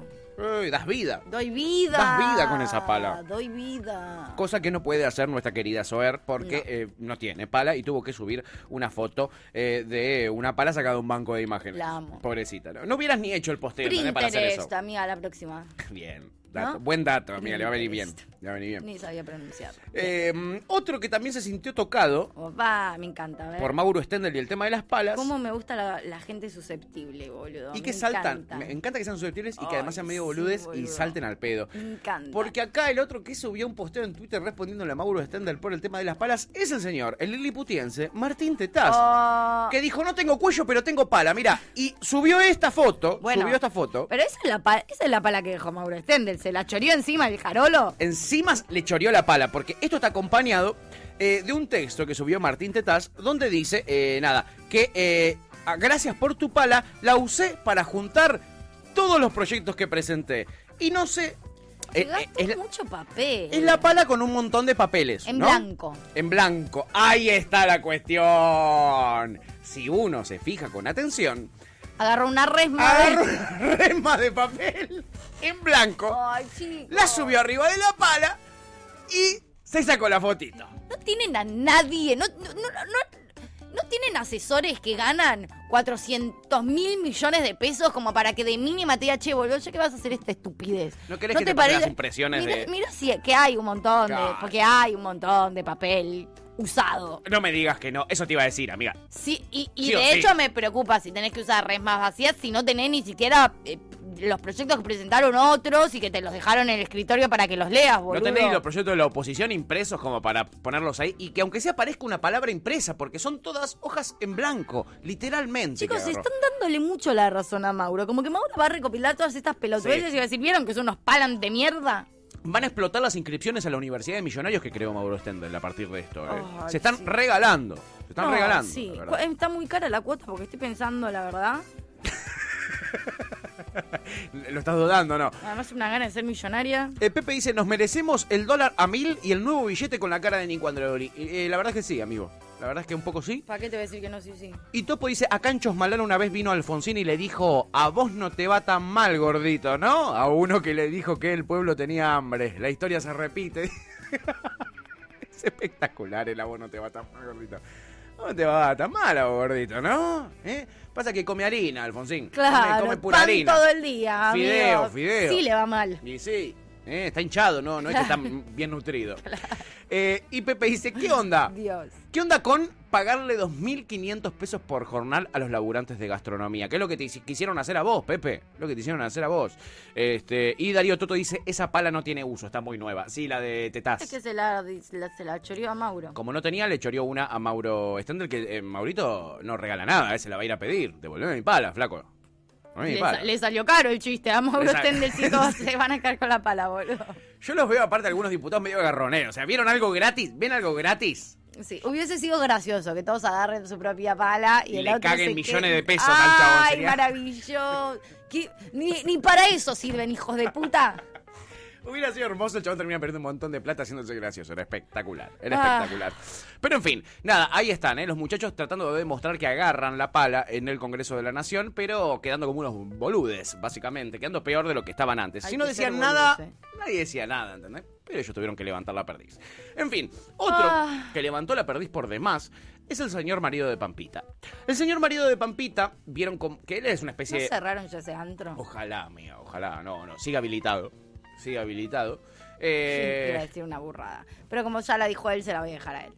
[SPEAKER 2] Ey, das vida.
[SPEAKER 3] Doy vida.
[SPEAKER 2] Das vida con esa pala.
[SPEAKER 3] Doy vida.
[SPEAKER 2] Cosa que no puede hacer nuestra querida Soer porque eh, no, tiene pala y tuvo que subir una foto eh, de una pala sacada de un banco de imágenes.
[SPEAKER 3] La amo.
[SPEAKER 2] Pobrecita. No, No hubieras ni hecho el posteo ¿entendés? eh, para hacer eso.
[SPEAKER 3] Pinterest, amiga, la próxima.
[SPEAKER 2] Bien. dato.
[SPEAKER 3] ¿No?
[SPEAKER 2] Buen dato, amiga. Le va a venir bien.
[SPEAKER 3] Pinterest.
[SPEAKER 2] Le va a venir bien.
[SPEAKER 3] Ni sabía pronunciar.
[SPEAKER 2] Eh, otro que también se sintió tocado
[SPEAKER 3] Opa, me encanta. a ver.
[SPEAKER 2] por Mauro Stendel y el tema de las palas.
[SPEAKER 3] ¿Cómo me gusta la, la gente susceptible, boludo?
[SPEAKER 2] Y
[SPEAKER 3] Me
[SPEAKER 2] que saltan.
[SPEAKER 3] encanta.
[SPEAKER 2] Me encanta que sean susceptibles y que
[SPEAKER 3] Ay,
[SPEAKER 2] además sean medio
[SPEAKER 3] sí,
[SPEAKER 2] boludes y
[SPEAKER 3] boludo.
[SPEAKER 2] salten al pedo.
[SPEAKER 3] Me encanta.
[SPEAKER 2] Porque acá el otro que subió un posteo en Twitter respondiéndole a Mauro Stendel por el tema de las palas es el señor, el liliputiense, Martín Tetaz.
[SPEAKER 3] Oh,
[SPEAKER 2] Que dijo, no tengo cuello, pero tengo pala, mira. Y subió esta foto,
[SPEAKER 3] bueno,
[SPEAKER 2] subió esta foto.
[SPEAKER 3] Pero esa es, la pala, esa es la pala que dejó Mauro Stendel. Se la choreó encima el
[SPEAKER 2] Eh,
[SPEAKER 3] jarolo.
[SPEAKER 2] Encima le choreó la pala, porque esto está acompañado eh, de un texto que subió Martín Tetaz, donde dice, eh, nada, que eh, a- gracias por tu pala, la usé para juntar todos los proyectos que presenté. Y no sé...
[SPEAKER 3] Se
[SPEAKER 2] eh, eh,
[SPEAKER 3] gastó
[SPEAKER 2] es, la,
[SPEAKER 3] mucho papel.
[SPEAKER 2] es la pala con un montón de papeles.
[SPEAKER 3] En
[SPEAKER 2] ¿no?
[SPEAKER 3] blanco.
[SPEAKER 2] En blanco. Ahí está la cuestión. Si uno se fija con atención,
[SPEAKER 3] Agarró una resma.
[SPEAKER 2] agarró una rema de papel en blanco,
[SPEAKER 3] Ay, chicos.
[SPEAKER 2] la subió arriba de la pala y se sacó la fotito.
[SPEAKER 3] No tienen a nadie, no, no, no, no- no tienen asesores que ganan 400 mil millones de pesos como para que de mínima te diga, che, boludo, ¿ya qué vas a hacer esta estupidez?
[SPEAKER 2] ¿No querés que te
[SPEAKER 3] parece-
[SPEAKER 2] pongan las impresiones
[SPEAKER 3] Mirá-
[SPEAKER 2] de-
[SPEAKER 3] Mirá si, que hay un montón de...
[SPEAKER 2] Claro.
[SPEAKER 3] Porque hay un montón de papel usado.
[SPEAKER 2] No me digas que no, eso te iba a decir, amiga.
[SPEAKER 3] Sí, y, y
[SPEAKER 2] Sí o
[SPEAKER 3] de
[SPEAKER 2] sí.
[SPEAKER 3] hecho me preocupa si tenés que usar res más vacías, si no tenés ni siquiera... eh, los proyectos que presentaron otros y que te los dejaron en el escritorio para que los leas,
[SPEAKER 2] No
[SPEAKER 3] boludo.
[SPEAKER 2] tenéis los proyectos de la oposición impresos como para ponerlos ahí y que aunque sea aparezca una palabra impresa, porque son todas hojas en blanco, literalmente. que
[SPEAKER 3] Chicos,
[SPEAKER 2] agarró.
[SPEAKER 3] están dándole mucho la razón a Mauro. Como que Mauro va a recopilar todas estas pelotudeces
[SPEAKER 2] Sí.
[SPEAKER 3] y va a decir, ¿vieron que son unos palan de mierda?
[SPEAKER 2] Van a explotar las inscripciones a la Universidad de Millonarios que creó Mauro Stendel a partir de esto. eh. se están regalando. Se están
[SPEAKER 3] No,
[SPEAKER 2] regalando.
[SPEAKER 3] sí.
[SPEAKER 2] la
[SPEAKER 3] Cu- eh,
[SPEAKER 2] verdad.
[SPEAKER 3] Está muy cara la cuota porque estoy pensando, la verdad. eh.
[SPEAKER 2] Lo estás dudando, ¿no?
[SPEAKER 3] Además, una gana de ser millonaria.
[SPEAKER 2] Eh, Pepe dice, nos merecemos el dólar a mil y el nuevo billete con la cara de Nico Andreoli. Eh, la verdad es que sí, amigo. La verdad es que un poco sí.
[SPEAKER 3] ¿Para qué te voy a decir que no? Sí, sí.
[SPEAKER 2] Y Topo dice, acá en Chosmalal una vez vino Alfonsín y le dijo, a vos no te va tan mal, gordito, ¿no? A uno que le dijo que el pueblo tenía hambre. La historia se repite. es espectacular el a vos no te va tan mal, gordito. No te va tan mal, a vos, gordito, ¿no? ¿Eh? Pasa que come harina, Alfonsín.
[SPEAKER 3] Claro,
[SPEAKER 2] Come, come pura
[SPEAKER 3] pan
[SPEAKER 2] harina.
[SPEAKER 3] todo el día. amigo.
[SPEAKER 2] Fideo, fideo.
[SPEAKER 3] Sí, le va mal.
[SPEAKER 2] Y sí, eh, está hinchado, ¿no? No es que está bien nutrido. Eh, y Pepe dice, ¿qué onda?
[SPEAKER 3] Dios.
[SPEAKER 2] ¿Qué onda con pagarle 2.500 pesos por jornal a los laburantes de gastronomía? Que es lo que te hici- quisieron hacer a vos, Pepe. Lo que te hicieron hacer a vos. Este, y Darío Toto dice, esa pala no tiene uso, está muy nueva. Sí, la de Tetaz.
[SPEAKER 3] Es Este que se la, la- se la choreó a Mauro.
[SPEAKER 2] Como no tenía, le choreó una a Mauro Stendel, que eh, Maurito no regala nada, eh, se la va a ir a pedir. Devolveme mi pala, flaco. Devolveme mi
[SPEAKER 3] Le,
[SPEAKER 2] pala.
[SPEAKER 3] sa- le salió caro el chiste a Mauro
[SPEAKER 2] Le sa-
[SPEAKER 3] Stendel si todos se van a caer con la pala, boludo.
[SPEAKER 2] Yo los veo aparte algunos diputados medio garroneros. O sea, ¿vieron algo gratis? ¿Ven algo gratis?
[SPEAKER 3] Sí, hubiese sido gracioso que todos agarren su propia pala y,
[SPEAKER 2] Y
[SPEAKER 3] el
[SPEAKER 2] le
[SPEAKER 3] otro
[SPEAKER 2] caguen
[SPEAKER 3] se
[SPEAKER 2] millones
[SPEAKER 3] quede-
[SPEAKER 2] de pesos al chabón,
[SPEAKER 3] Ay,
[SPEAKER 2] sería-
[SPEAKER 3] maravilloso. ¿Qué? Ni, ni para eso sirven, hijos de puta.
[SPEAKER 2] Hubiera sido hermoso, el chabón termina perdiendo un montón de plata haciéndose gracioso. Era espectacular, era
[SPEAKER 3] Ah.
[SPEAKER 2] espectacular. Pero en fin, nada, ahí están, ¿eh? los muchachos tratando de demostrar que agarran la pala en el Congreso de la Nación, pero quedando como unos boludes, básicamente, quedando peor de lo que estaban antes.
[SPEAKER 3] Hay
[SPEAKER 2] si no
[SPEAKER 3] que ser
[SPEAKER 2] decían
[SPEAKER 3] boludes,
[SPEAKER 2] nada,
[SPEAKER 3] eh.
[SPEAKER 2] nadie decía nada, ¿entendés? Pero ellos tuvieron que levantar la perdiz. En fin, otro
[SPEAKER 3] Ah.
[SPEAKER 2] que levantó la perdiz por demás es el señor marido de Pampita. El señor marido de Pampita, vieron com- que él es una especie
[SPEAKER 3] ¿No
[SPEAKER 2] de...
[SPEAKER 3] cerraron ya ese antro?
[SPEAKER 2] Ojalá, mía, ojalá. No, no, siga habilitado. Siga habilitado.
[SPEAKER 3] Sí,
[SPEAKER 2] Eh,
[SPEAKER 3] iba a decir una burrada. Pero como ya la dijo él, se la voy a dejar a él.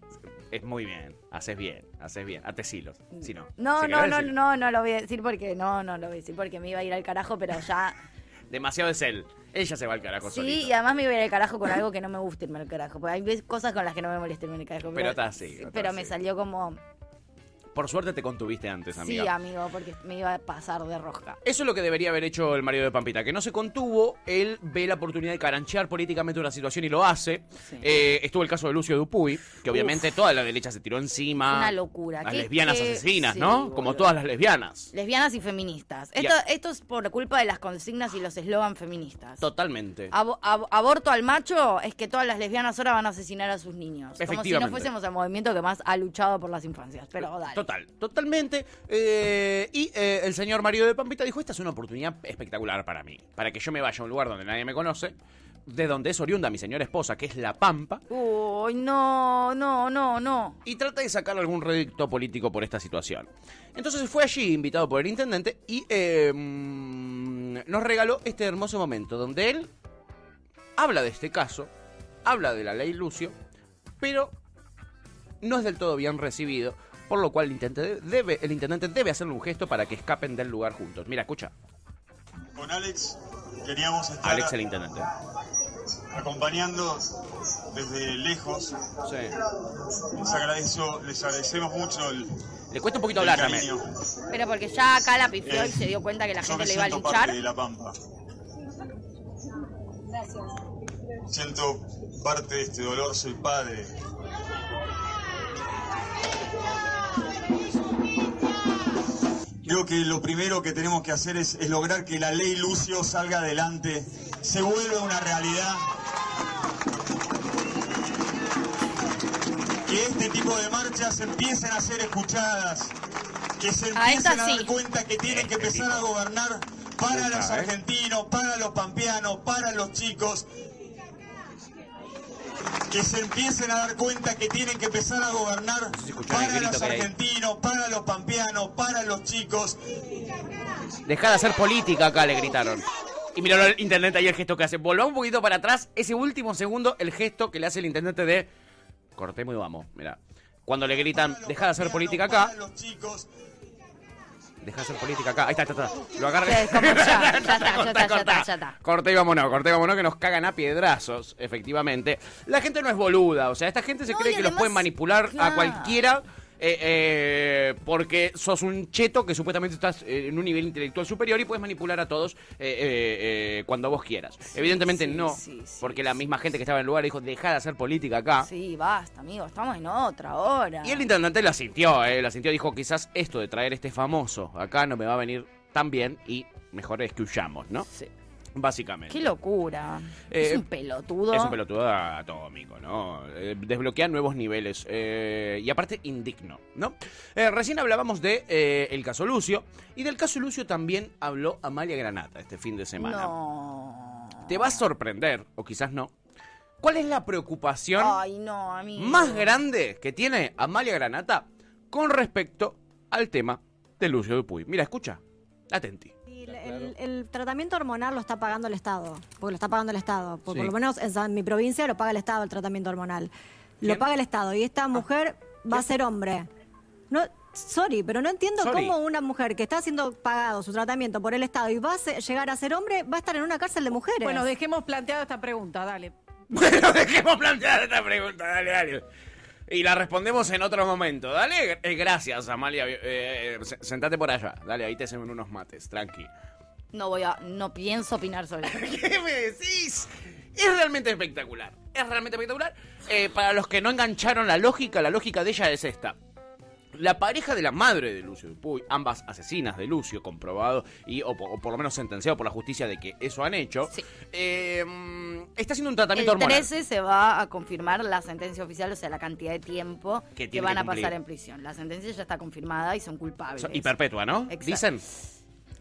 [SPEAKER 2] es muy bien, haces bien, haces bien. Atesilos, si no.
[SPEAKER 3] No,
[SPEAKER 2] si
[SPEAKER 3] no,
[SPEAKER 2] querés
[SPEAKER 3] no,
[SPEAKER 2] decir-
[SPEAKER 3] no, no lo voy a decir porque no, no lo voy a decir porque me iba a ir al carajo, pero ya.
[SPEAKER 2] Demasiado es él. Ella se va al carajo
[SPEAKER 3] Sí,
[SPEAKER 2] solito.
[SPEAKER 3] y además me iba a ir al carajo con algo que no me gusta irme al carajo. Porque hay veces- cosas con las que no me molesta irme al carajo.
[SPEAKER 2] Pero está así, está
[SPEAKER 3] Pero me
[SPEAKER 2] así.
[SPEAKER 3] salió como.
[SPEAKER 2] Por suerte te contuviste antes, amiga.
[SPEAKER 3] Sí, amigo, porque me iba a pasar de rosca.
[SPEAKER 2] Eso es lo que debería haber hecho el marido de Pampita, que no se contuvo, él ve la oportunidad de caranchear políticamente una situación y lo hace.
[SPEAKER 3] Sí.
[SPEAKER 2] Eh, estuvo el caso de Lucio Dupuy, que obviamente toda la derecha se tiró encima.
[SPEAKER 3] Una locura.
[SPEAKER 2] Las
[SPEAKER 3] Qué-
[SPEAKER 2] lesbianas
[SPEAKER 3] qué-
[SPEAKER 2] asesinas,
[SPEAKER 3] sí,
[SPEAKER 2] ¿no?
[SPEAKER 3] boludo.
[SPEAKER 2] Como todas las lesbianas.
[SPEAKER 3] Lesbianas y feministas. Esto,
[SPEAKER 2] Ya.
[SPEAKER 3] esto es por culpa de las consignas y los eslogan feministas.
[SPEAKER 2] Totalmente.
[SPEAKER 3] Abo- ab- aborto al macho es que todas las lesbianas ahora van a asesinar a sus niños. Como si no
[SPEAKER 2] Efectivamente.
[SPEAKER 3] fuésemos el movimiento que más ha luchado por las infancias. Pero dale.
[SPEAKER 2] Total, totalmente. Eh, y eh, el señor Mario de Pampita dijo, esta es una oportunidad espectacular para mí, para que yo me vaya a un lugar donde nadie me conoce, de donde es oriunda mi señora esposa, que es La Pampa,
[SPEAKER 3] Uy, no, no, no, no.
[SPEAKER 2] y trata de sacar algún rédito político por esta situación. Entonces fue allí, invitado por el intendente, y eh, mm, nos regaló este hermoso momento, donde él habla de este caso, habla de la ley Lucio, pero no es del todo bien recibido, por lo cual el intendente debe, el intendente debe hacerle un gesto para que escapen del lugar juntos. Mira, escucha.
[SPEAKER 5] Con Alex queríamos estar
[SPEAKER 2] Alex el intendente.
[SPEAKER 5] acompañando desde lejos. Les, agradezco, les agradecemos mucho el,
[SPEAKER 2] Le cuesta un poquito
[SPEAKER 5] el
[SPEAKER 2] hablar también.
[SPEAKER 5] cariño.
[SPEAKER 3] Pero porque ya acá la pifió y
[SPEAKER 5] Eh,
[SPEAKER 3] se dio cuenta que la
[SPEAKER 5] Yo
[SPEAKER 3] gente
[SPEAKER 5] me
[SPEAKER 3] le iba a
[SPEAKER 5] siento
[SPEAKER 3] linchar.
[SPEAKER 5] parte de La Pampa. Siento parte de este dolor, soy padre. Creo que lo primero que tenemos que hacer es, es lograr que la ley Lucio salga adelante, se vuelva una realidad. Que este tipo de marchas empiecen a ser escuchadas, que se
[SPEAKER 3] Ah, esa
[SPEAKER 5] empiecen a dar
[SPEAKER 3] sí.
[SPEAKER 5] cuenta que tienen que empezar a gobernar para los
[SPEAKER 2] Gusta, ¿eh?
[SPEAKER 5] argentinos, para los pampeanos, para los chicos, que se empiecen a dar cuenta que tienen que empezar a gobernar
[SPEAKER 2] sé si escucharon el
[SPEAKER 5] para
[SPEAKER 2] grito
[SPEAKER 5] los
[SPEAKER 2] que hay.
[SPEAKER 5] argentinos, para los pampeanos, para los chicos,
[SPEAKER 2] Dejá de hacer política acá, le gritaron. Y mirá el intendente ahí el gesto que hace. Volvamos un poquito para atrás. Ese último segundo, el gesto que le hace el intendente de cortemos y vamos. Mirá. Cuando le gritan,
[SPEAKER 5] para los
[SPEAKER 2] dejá de hacer
[SPEAKER 5] pampeanos,
[SPEAKER 2] política
[SPEAKER 5] para
[SPEAKER 2] acá,
[SPEAKER 5] los chicos,
[SPEAKER 2] dejá de hacer política acá. Ahí está, está, está. Lo agarra.
[SPEAKER 3] Sí, es como ya, ya está, ya
[SPEAKER 2] Cortá,
[SPEAKER 3] está, ya
[SPEAKER 2] cortá.
[SPEAKER 3] está, ya está.
[SPEAKER 2] Corté y vámonos, corté y vámonos, que nos cagan a piedrazos, efectivamente. La gente no es boluda. O sea, esta gente se
[SPEAKER 3] No,
[SPEAKER 2] cree
[SPEAKER 3] y
[SPEAKER 2] que los
[SPEAKER 3] además-
[SPEAKER 2] pueden manipular a
[SPEAKER 3] claro.
[SPEAKER 2] cualquiera. eh, eh, porque sos un cheto que supuestamente estás eh, en un nivel intelectual superior y puedes manipular a todos eh, eh, eh, cuando vos quieras. Evidentemente
[SPEAKER 3] sí,
[SPEAKER 2] no,
[SPEAKER 3] sí, sí,
[SPEAKER 2] porque la
[SPEAKER 3] sí,
[SPEAKER 2] misma gente que estaba en el lugar dijo, deja de hacer política acá.
[SPEAKER 3] Sí, basta, amigo, estamos en otra hora.
[SPEAKER 2] Ah. Y el intendente la sintió, eh, la sintió, dijo, quizás esto de traer este famoso acá no me va a venir tan bien y mejor es que huyamos, ¿no?
[SPEAKER 3] Sí.
[SPEAKER 2] Básicamente.
[SPEAKER 3] Qué locura.
[SPEAKER 2] Eh,
[SPEAKER 3] es un pelotudo.
[SPEAKER 2] Es un pelotudo atómico, ¿no? Eh, desbloquea nuevos niveles eh, y aparte indigno, ¿no? Eh, recién hablábamos de eh, el caso Lucio y del caso Lucio también habló Amalia Granata este fin de semana.
[SPEAKER 3] No.
[SPEAKER 2] Te va a sorprender, o quizás no, ¿cuál es la preocupación
[SPEAKER 3] Ay, no, amigo.
[SPEAKER 2] más grande que tiene Amalia Granata con respecto al tema de Lucio Dupuy? Mira, escucha, atenti.
[SPEAKER 6] Y el, el- el tratamiento hormonal lo está pagando el Estado, porque lo está pagando el Estado. Por, por lo menos en, San- mi provincia lo paga el Estado el tratamiento hormonal.
[SPEAKER 2] ¿Quién? Ah.
[SPEAKER 6] Lo paga el Estado y esta mujer va a ser hombre. No, sorry, pero no entiendo
[SPEAKER 2] Sorry.
[SPEAKER 6] cómo una mujer que está siendo pagado su tratamiento por el Estado y va a se- llegar a ser hombre va a estar en una cárcel de mujeres.
[SPEAKER 7] Bueno, dejemos planteada esta pregunta, dale.
[SPEAKER 2] Bueno, dejemos plantear esta pregunta, dale, dale. Y la respondemos en otro momento. Dale, eh, gracias, Amalia. Eh, eh, se- sentate por allá. Dale, ahí te hacen unos mates, tranqui.
[SPEAKER 3] No voy a. No pienso opinar sobre eso.
[SPEAKER 2] ¿Qué me decís? Es realmente espectacular. Es realmente espectacular. Eh, para los que no engancharon la lógica, la lógica de ella es esta. La pareja de la madre de Lucio Dupuy, ambas asesinas de Lucio, comprobado y o, po- o por lo menos sentenciado por la justicia de que eso han hecho,
[SPEAKER 3] Sí.
[SPEAKER 2] eh, mm, está haciendo un tratamiento
[SPEAKER 3] El
[SPEAKER 2] hormonal.
[SPEAKER 3] 13 se va a confirmar la sentencia oficial, o sea, la cantidad de tiempo
[SPEAKER 2] Que
[SPEAKER 3] que,
[SPEAKER 2] tiene
[SPEAKER 3] van
[SPEAKER 2] que
[SPEAKER 3] a pasar
[SPEAKER 2] cumplir.
[SPEAKER 3] en prisión. La sentencia ya está confirmada y son culpables.
[SPEAKER 2] So- Y perpetua, ¿no?
[SPEAKER 3] Exacto.
[SPEAKER 2] Dicen.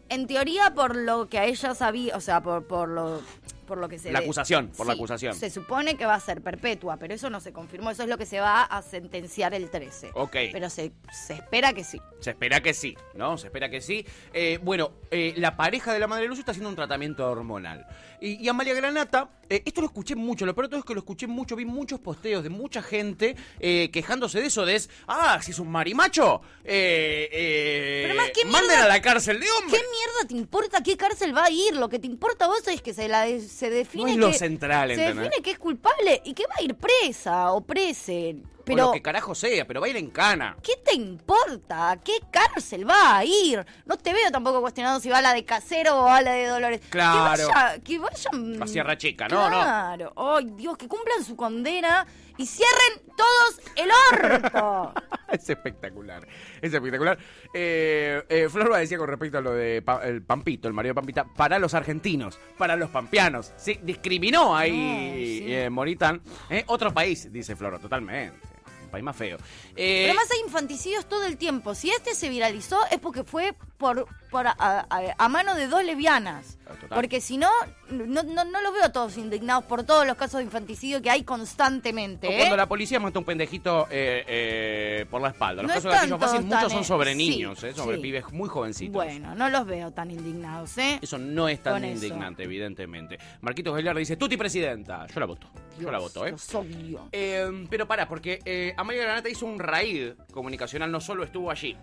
[SPEAKER 3] En teoría, por lo que a ella sabía, o sea, por, por lo por lo que se
[SPEAKER 2] La
[SPEAKER 3] ve.
[SPEAKER 2] acusación, por la acusación.
[SPEAKER 3] Se supone que va a ser perpetua, pero eso no se confirmó. Eso es lo que se va a sentenciar el 13.
[SPEAKER 2] Ok.
[SPEAKER 3] Pero se, se espera que sí.
[SPEAKER 2] Se espera que sí, ¿no? Se espera que sí. Eh, bueno, eh, la pareja de la madre de Lucio está haciendo un tratamiento hormonal. Y, y Amalia Granata, eh, esto lo escuché mucho, lo peor de todo es que lo escuché mucho, vi muchos posteos de mucha gente eh, quejándose de eso, de es, ah, si es un marimacho, eh, eh,
[SPEAKER 3] Pero más, ¿qué
[SPEAKER 2] manden
[SPEAKER 3] mierda?
[SPEAKER 2] a la cárcel de
[SPEAKER 3] ¿Qué
[SPEAKER 2] hombre.
[SPEAKER 3] mierda te importa qué cárcel va a ir? Lo que te importa a vos es que se, la de- se define
[SPEAKER 2] No es
[SPEAKER 3] que,
[SPEAKER 2] lo central,
[SPEAKER 3] Se
[SPEAKER 2] ¿entendés?
[SPEAKER 3] define que es culpable y que va a ir presa o prese.
[SPEAKER 2] O
[SPEAKER 3] Pero,
[SPEAKER 2] lo que carajo sea, pero va a ir en cana.
[SPEAKER 3] ¿qué te importa? ¿A ¿Qué cárcel va a ir? No te veo tampoco cuestionado si va a la de Casero o a la de Dolores.
[SPEAKER 2] Claro.
[SPEAKER 3] Que, vaya, que vayan...
[SPEAKER 2] A Sierra Chica, no, no.
[SPEAKER 3] Claro. Ay, Dios, que cumplan su condena y cierren todos el orto.
[SPEAKER 2] es espectacular, es espectacular. Eh, eh, Florba decía con respecto a lo de Pa- el Pampito, el marido de Pampita, para los argentinos, para los pampeanos. Sí, discriminó ahí
[SPEAKER 3] No, sí.
[SPEAKER 2] eh, Moritán. Eh, otro país, dice Floro, totalmente. Un país más feo. Eh,
[SPEAKER 3] Pero además hay infanticidios todo el tiempo. Si este se viralizó es porque fue por, por a, a- a mano de dos levianas.
[SPEAKER 2] Ah, total.
[SPEAKER 3] Porque si no, no, no, no lo veo a todos indignados por todos los casos de infanticidio que hay constantemente.
[SPEAKER 2] o
[SPEAKER 3] ¿eh?
[SPEAKER 2] Cuando la policía mata a un pendejito eh, eh, por la espalda. Los
[SPEAKER 3] No es
[SPEAKER 2] casos de gatillo
[SPEAKER 3] tanto
[SPEAKER 2] fácil,
[SPEAKER 3] tan,
[SPEAKER 2] muchos son
[SPEAKER 3] eh,
[SPEAKER 2] sobre
[SPEAKER 3] sí,
[SPEAKER 2] niños, eh, sobre
[SPEAKER 3] sí.
[SPEAKER 2] pibes muy jovencitos.
[SPEAKER 3] Bueno, no los veo tan indignados, ¿eh?
[SPEAKER 2] Eso no es tan
[SPEAKER 3] Con eso.
[SPEAKER 2] indignante, evidentemente. Marquitos Velarde dice, Tuti presidenta. Yo la voto. Yo la
[SPEAKER 3] Dios,
[SPEAKER 2] voto, ¿eh?
[SPEAKER 3] Los odio.
[SPEAKER 2] Eh, pero para, porque eh, Amalia Granata hizo un raid comunicacional, no solo estuvo allí,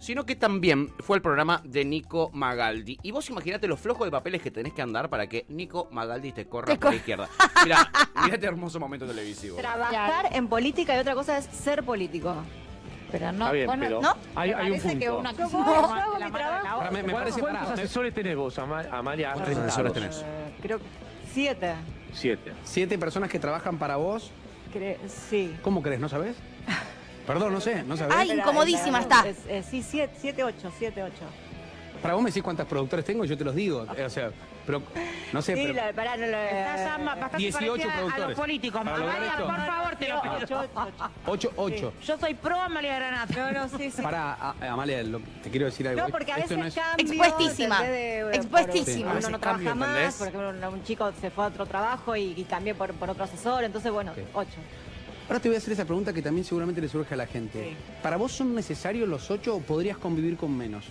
[SPEAKER 2] sino que también fue al programa de Nico Magaldi. Y vos imaginate los flojos de papeles que tenés que andar para que Nico Magaldi te corra
[SPEAKER 3] Te
[SPEAKER 2] por
[SPEAKER 3] cor-
[SPEAKER 2] la izquierda. Mirá, mirá este hermoso momento televisivo.
[SPEAKER 6] Trabajar en política y otra cosa es ser político.
[SPEAKER 8] Pero no,
[SPEAKER 9] Está bien,
[SPEAKER 8] vos no-
[SPEAKER 9] pero
[SPEAKER 3] ¿no?
[SPEAKER 9] hay, hay un
[SPEAKER 8] parece
[SPEAKER 9] punto.
[SPEAKER 8] que una cosa
[SPEAKER 6] No,
[SPEAKER 8] va
[SPEAKER 6] yo
[SPEAKER 8] de
[SPEAKER 6] hago
[SPEAKER 8] la
[SPEAKER 6] mi
[SPEAKER 8] mano a la
[SPEAKER 6] trabajo.
[SPEAKER 8] otra.
[SPEAKER 9] ¿Cuántos- ¿Cuántos asesores tenés vos, Ama- Amalia?
[SPEAKER 2] ¿Cuántos asesores tenés?
[SPEAKER 6] Eh, creo que siete.
[SPEAKER 9] Siete.
[SPEAKER 10] Siete personas que trabajan para vos.
[SPEAKER 6] cre- sí.
[SPEAKER 10] ¿Cómo crees? ¿No sabés? Perdón, no sé, no sabés.
[SPEAKER 3] Ay,
[SPEAKER 6] Espera,
[SPEAKER 3] incomodísima
[SPEAKER 6] espera,
[SPEAKER 3] está.
[SPEAKER 6] es- es- sí, siete, siete, ocho, siete, ocho.
[SPEAKER 10] Para vos me decís cuántas productores tengo, yo te los digo. Eh, O sea, pero no sé,
[SPEAKER 6] Sí,
[SPEAKER 10] pero
[SPEAKER 6] la- pará, no, la-
[SPEAKER 8] Estás ama- bastante
[SPEAKER 10] 18
[SPEAKER 8] parecida a
[SPEAKER 10] productores.
[SPEAKER 8] los políticos.
[SPEAKER 10] Para lograr
[SPEAKER 8] Amalia,
[SPEAKER 10] esto.
[SPEAKER 8] por favor, te lo pido.
[SPEAKER 6] Ocho, ocho, ocho.
[SPEAKER 10] ocho,
[SPEAKER 6] Sí.
[SPEAKER 10] ocho.
[SPEAKER 8] Yo soy pro Amalia Granata.
[SPEAKER 6] No, no, sí, sí.
[SPEAKER 10] Pará, a- a- Amalia, lo- te quiero decir algo.
[SPEAKER 6] No, porque a
[SPEAKER 10] Esto
[SPEAKER 6] veces
[SPEAKER 10] no es-
[SPEAKER 6] cambio,
[SPEAKER 3] Expuestísima.
[SPEAKER 6] ¿entendés? De- de-
[SPEAKER 3] Expuestísima.
[SPEAKER 6] por-
[SPEAKER 2] Sí, a
[SPEAKER 6] Uno no
[SPEAKER 2] veces
[SPEAKER 6] trabaja
[SPEAKER 2] cambio, ¿entendés?
[SPEAKER 6] más, porque uno- un chico se fue a otro trabajo y, y cambió por, por otro asesor, entonces bueno,
[SPEAKER 10] Sí.
[SPEAKER 6] ocho.
[SPEAKER 10] Ahora te voy a hacer esa pregunta que también seguramente le surge a la gente.
[SPEAKER 6] Sí.
[SPEAKER 10] ¿Para vos son necesarios los ocho o podrías convivir con menos?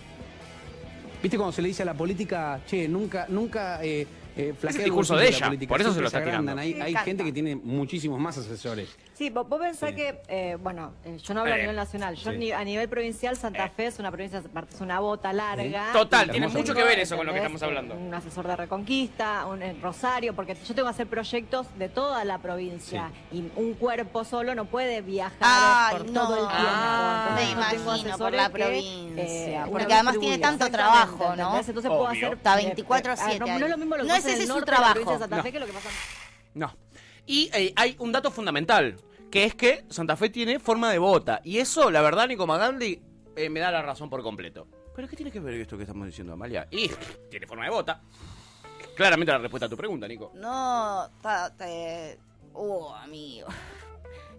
[SPEAKER 10] ¿Viste cuando se le dice a la política, che, nunca, nunca eh, eh, flaquea
[SPEAKER 2] el discurso
[SPEAKER 10] bolsillo
[SPEAKER 2] de
[SPEAKER 10] la
[SPEAKER 2] ella,
[SPEAKER 10] política,
[SPEAKER 2] por eso se
[SPEAKER 10] siempre
[SPEAKER 2] lo está
[SPEAKER 10] agrandan.
[SPEAKER 2] tirando.
[SPEAKER 10] Hay,
[SPEAKER 6] Me
[SPEAKER 10] hay
[SPEAKER 6] encanta.
[SPEAKER 10] gente que tiene muchísimos más asesores.
[SPEAKER 6] Sí, vos, vos pensás que, eh, bueno, eh, yo no hablo
[SPEAKER 2] Eh.
[SPEAKER 6] a nivel nacional, yo
[SPEAKER 10] Sí.
[SPEAKER 6] ni- a nivel provincial, Santa Fe es una provincia, aparte es una bota larga.
[SPEAKER 2] Total,
[SPEAKER 6] Y
[SPEAKER 2] tiene
[SPEAKER 6] tengo,
[SPEAKER 2] mucho que ver eso con lo que estamos
[SPEAKER 6] ¿entendés?
[SPEAKER 2] hablando.
[SPEAKER 6] Un asesor de Reconquista, un en Rosario, porque yo tengo que hacer proyectos de toda la provincia y un cuerpo solo no puede viajar
[SPEAKER 3] Ay,
[SPEAKER 6] por
[SPEAKER 3] no.
[SPEAKER 6] todo el tiempo.
[SPEAKER 3] Ah,
[SPEAKER 6] entonces
[SPEAKER 3] me
[SPEAKER 6] tengo
[SPEAKER 3] imagino, por
[SPEAKER 6] asesores
[SPEAKER 3] la
[SPEAKER 6] que,
[SPEAKER 3] provincia,
[SPEAKER 6] eh,
[SPEAKER 3] porque
[SPEAKER 6] uno
[SPEAKER 3] además tiene
[SPEAKER 6] distribuye.
[SPEAKER 3] tanto
[SPEAKER 6] Exactamente,
[SPEAKER 3] trabajo, ¿no?
[SPEAKER 6] ¿entendés? Entonces
[SPEAKER 2] Obvio.
[SPEAKER 6] puedo hacer...
[SPEAKER 3] Está
[SPEAKER 6] eh,
[SPEAKER 3] 24/7
[SPEAKER 6] eh, no, no es lo mismo lo que
[SPEAKER 3] No,
[SPEAKER 6] pasa
[SPEAKER 3] ese
[SPEAKER 6] en el
[SPEAKER 3] es su
[SPEAKER 6] norte de la provincia de
[SPEAKER 3] trabajo.
[SPEAKER 6] Santa Fe que lo que pasa
[SPEAKER 2] No. Y eh, hay un dato fundamental, que es que Santa Fe tiene forma de bota. Y eso, la verdad, Nico Magaldi eh, me da la razón por completo. ¿Pero qué tiene que ver esto que estamos diciendo, Amalia? Y tiene forma de bota. Claramente la respuesta a tu pregunta, Nico.
[SPEAKER 3] No, ta- te- Oh, amigo.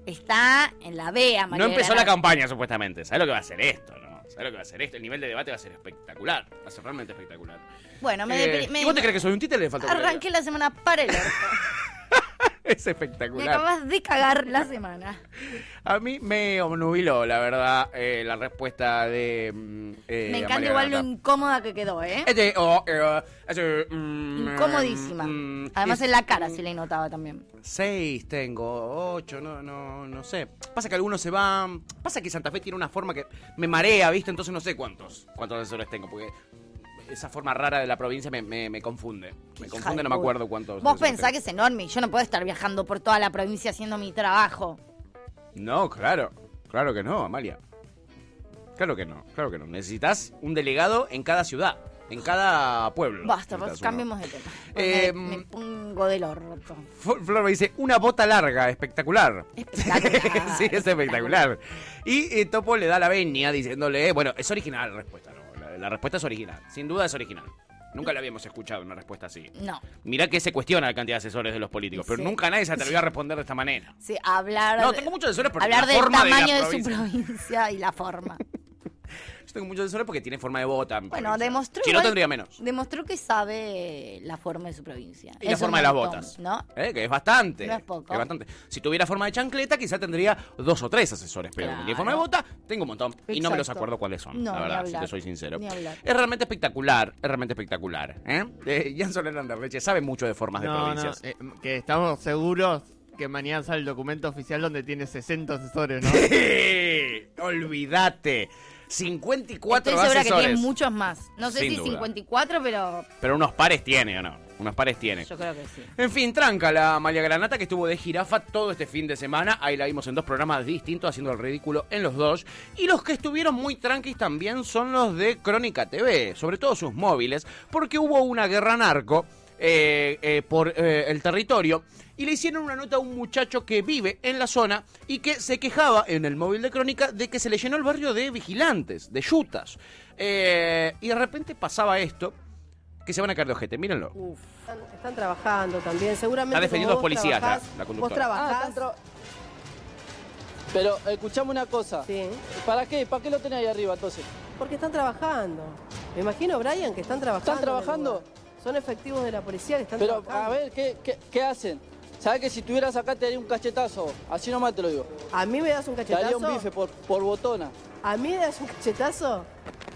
[SPEAKER 3] Está en la vea, María.
[SPEAKER 2] no empezó
[SPEAKER 3] de
[SPEAKER 2] la
[SPEAKER 3] Granada.
[SPEAKER 2] campaña, supuestamente. ¿Sabes lo que va a ser esto, no? ¿Sabes lo que va a ser esto? El nivel de debate va a ser espectacular. Va a ser realmente espectacular.
[SPEAKER 3] Bueno, me,
[SPEAKER 2] Eh,
[SPEAKER 3] deprimí- me-
[SPEAKER 2] ¿Y vos te crees que soy un títere? Le falta un
[SPEAKER 3] Arranqué la semana para el orto.
[SPEAKER 2] Es
[SPEAKER 3] Me
[SPEAKER 2] espectacular.
[SPEAKER 3] acabas de cagar la semana.
[SPEAKER 2] A mí me obnubiló, la verdad, eh, la respuesta de. mm, eh,
[SPEAKER 3] me encanta
[SPEAKER 2] Amalia
[SPEAKER 3] igual lo
[SPEAKER 2] Granata.
[SPEAKER 3] incómoda que quedó, ¿eh?
[SPEAKER 2] Este, oh, eh, ese, mm,
[SPEAKER 3] Incomodísima.
[SPEAKER 2] mm,
[SPEAKER 3] Además
[SPEAKER 2] es-
[SPEAKER 3] en la cara se le notaba también.
[SPEAKER 2] Seis tengo, ocho, no, no, no sé. Pasa que algunos se van. Pasa que Santa Fe tiene una forma que me marea, ¿viste? Entonces no sé cuántos, cuántos asesores tengo, porque esa forma rara de la provincia me, me- me confunde. Me
[SPEAKER 3] Hija
[SPEAKER 2] confunde,
[SPEAKER 3] de
[SPEAKER 2] no me
[SPEAKER 3] puta.
[SPEAKER 2] acuerdo cuántos.
[SPEAKER 3] Vos
[SPEAKER 2] asesores
[SPEAKER 3] pensás que
[SPEAKER 2] tengo.
[SPEAKER 3] es enorme. y Yo no puedo estar viajando por toda la provincia haciendo mi trabajo.
[SPEAKER 2] No, claro. Claro que no, Amalia. Claro que no, claro que no. Necesitas un delegado en cada ciudad, en cada pueblo.
[SPEAKER 3] Basta,
[SPEAKER 2] Necesitas
[SPEAKER 3] vos
[SPEAKER 2] uno.
[SPEAKER 3] cambiemos de tema.
[SPEAKER 2] Eh,
[SPEAKER 3] me, me pongo del orto.
[SPEAKER 2] Fl- Flor me dice, una bota larga, espectacular.
[SPEAKER 3] Espectacular.
[SPEAKER 2] sí, es espectacular. Y eh, Topo le da la venia diciéndole, bueno, es original la respuesta, ¿no? La, la respuesta es original, sin duda es original. Nunca la habíamos escuchado una respuesta así.
[SPEAKER 3] No.
[SPEAKER 2] Mirá que se cuestiona la cantidad de asesores de los políticos, pero
[SPEAKER 3] Sí.
[SPEAKER 2] nunca nadie se atrevió a responder de esta manera.
[SPEAKER 3] Sí, hablar
[SPEAKER 2] No,
[SPEAKER 3] de-
[SPEAKER 2] tengo muchos asesores porque
[SPEAKER 3] hablar
[SPEAKER 2] la
[SPEAKER 3] del
[SPEAKER 2] forma de la
[SPEAKER 3] tamaño de, su
[SPEAKER 2] provincia.
[SPEAKER 3] provincia y la forma.
[SPEAKER 2] Yo tengo muchos asesores porque tiene forma de bota. mi
[SPEAKER 3] Bueno,
[SPEAKER 2] provincia.
[SPEAKER 3] demostró
[SPEAKER 2] Si no,
[SPEAKER 3] igual-
[SPEAKER 2] tendría menos.
[SPEAKER 3] Demostró que sabe la forma de su provincia.
[SPEAKER 2] Y
[SPEAKER 3] Es
[SPEAKER 2] la
[SPEAKER 3] un
[SPEAKER 2] forma de las
[SPEAKER 3] montón,
[SPEAKER 2] botas.
[SPEAKER 3] ¿No?
[SPEAKER 2] ¿eh? Que es bastante.
[SPEAKER 3] No es poco.
[SPEAKER 2] que es bastante. Si tuviera forma de chancleta, quizá tendría dos o tres asesores. Pero como tiene
[SPEAKER 3] Claro.
[SPEAKER 2] forma de bota, tengo un montón. Y no me los
[SPEAKER 3] Exacto.
[SPEAKER 2] acuerdo cuáles son,
[SPEAKER 3] No,
[SPEAKER 2] la
[SPEAKER 3] ni
[SPEAKER 2] verdad, si
[SPEAKER 3] hablar.
[SPEAKER 2] te soy sincero.
[SPEAKER 3] Ni hablar.
[SPEAKER 2] Es realmente espectacular. Es realmente espectacular. ¿eh? Eh, Jan Soler Anderleche sabe mucho de formas de
[SPEAKER 11] No, no,
[SPEAKER 2] provincias.
[SPEAKER 11] eh, que estamos seguros que mañana sale el documento oficial donde tiene 60 asesores, ¿no?
[SPEAKER 2] Olvídate. 54
[SPEAKER 3] Estoy segura
[SPEAKER 2] asesores.
[SPEAKER 3] que tiene muchos más. No sé
[SPEAKER 2] Sin
[SPEAKER 3] si
[SPEAKER 2] duda.
[SPEAKER 3] 54, pero
[SPEAKER 2] Pero unos pares tiene, ¿o no? Unos pares tiene.
[SPEAKER 3] yo creo que sí.
[SPEAKER 2] En fin, tranca la Amalia Granata que estuvo de jirafa todo este fin de semana. Ahí la vimos en dos programas distintos haciendo el ridículo en los dos. Y los que estuvieron muy tranquis también son los de Crónica TV, sobre todo sus móviles, porque hubo una guerra narco eh, eh, por eh, el territorio. Y le hicieron una nota a un muchacho que vive en la zona y que se quejaba en el móvil de Crónica de que se le llenó el barrio de vigilantes, de yutas. Eh, y de repente pasaba esto, que se van a caer de ojete, mírenlo.
[SPEAKER 8] Están, están trabajando también, seguramente.
[SPEAKER 2] Está defendiendo
[SPEAKER 8] como vos
[SPEAKER 2] a los policías,
[SPEAKER 8] trabajás-
[SPEAKER 2] la- la conductora.
[SPEAKER 8] Vos trabajás.
[SPEAKER 11] Ah, Pero escuchame una cosa.
[SPEAKER 8] Sí.
[SPEAKER 11] ¿Para qué? ¿Para qué lo tenés ahí arriba entonces?
[SPEAKER 8] Porque están trabajando. Me imagino, Brian, que están trabajando.
[SPEAKER 11] ¿Están trabajando?
[SPEAKER 8] en el lugar. Son efectivos de la policía que están
[SPEAKER 11] Pero
[SPEAKER 8] trabajando.
[SPEAKER 11] a ver, ¿qué, qué, qué hacen? ¿Sabes que si tuvieras acá te daría un cachetazo? Así nomás te lo digo.
[SPEAKER 8] A mí me das un
[SPEAKER 11] Te
[SPEAKER 8] cachetazo.
[SPEAKER 11] daría un bife por, por botona.
[SPEAKER 8] A mí me das un cachetazo.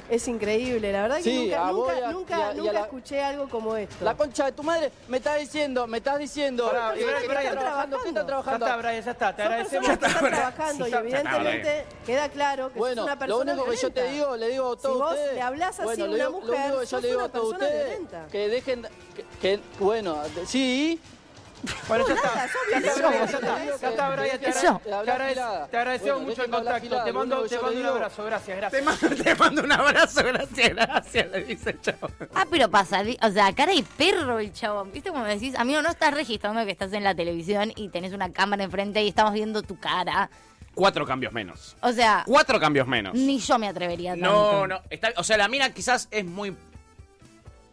[SPEAKER 8] Es increíble, la verdad que
[SPEAKER 11] Sí,
[SPEAKER 8] nunca,
[SPEAKER 11] a vos
[SPEAKER 8] nunca,
[SPEAKER 11] y a-
[SPEAKER 8] nunca,
[SPEAKER 11] y a- y a
[SPEAKER 8] nunca
[SPEAKER 11] la-
[SPEAKER 8] escuché algo como esto.
[SPEAKER 11] La concha de tu madre me estás diciendo, me estás diciendo.
[SPEAKER 8] Pará,
[SPEAKER 11] ¿Qué
[SPEAKER 8] Brian,
[SPEAKER 11] están
[SPEAKER 8] Brian,
[SPEAKER 11] trabajando? ¿Qué están trabajando?
[SPEAKER 8] Son personas que están trabajando y evidentemente queda claro que
[SPEAKER 11] Bueno,
[SPEAKER 8] es una persona
[SPEAKER 11] lo único que yo
[SPEAKER 8] violenta.
[SPEAKER 11] te digo, le digo a todos
[SPEAKER 8] Si vos
[SPEAKER 11] ustedes.
[SPEAKER 8] le hablás así
[SPEAKER 11] bueno,
[SPEAKER 8] a
[SPEAKER 11] le
[SPEAKER 8] una
[SPEAKER 11] digo-
[SPEAKER 8] mujer,
[SPEAKER 11] lo único que yo
[SPEAKER 8] sos
[SPEAKER 11] le digo a
[SPEAKER 8] una
[SPEAKER 11] todos
[SPEAKER 8] persona
[SPEAKER 11] ustedes
[SPEAKER 8] violenta.
[SPEAKER 11] que dejen, que, que- bueno, de- sí.
[SPEAKER 8] No, nada, sos violenta.
[SPEAKER 11] Ya está, Brian,
[SPEAKER 3] te Eso.
[SPEAKER 11] te agradecemos mucho el contacto. Te mando, un abrazo, gracias,
[SPEAKER 2] Te mando, te mando un abrazo, gracias, gracias, le dice el chavo.
[SPEAKER 3] Ah, pero pasa, di- o sea, cara de perro el chabón. ¿Viste como decís, amigo, no estás registrando que estás en la televisión y tenés una cámara enfrente y estamos viendo tu cara?
[SPEAKER 2] Cuatro cambios menos.
[SPEAKER 3] O sea,
[SPEAKER 2] Cuatro cambios menos.
[SPEAKER 3] ni yo me atrevería tanto.
[SPEAKER 2] No, no. Está, o sea, la mina quizás es muy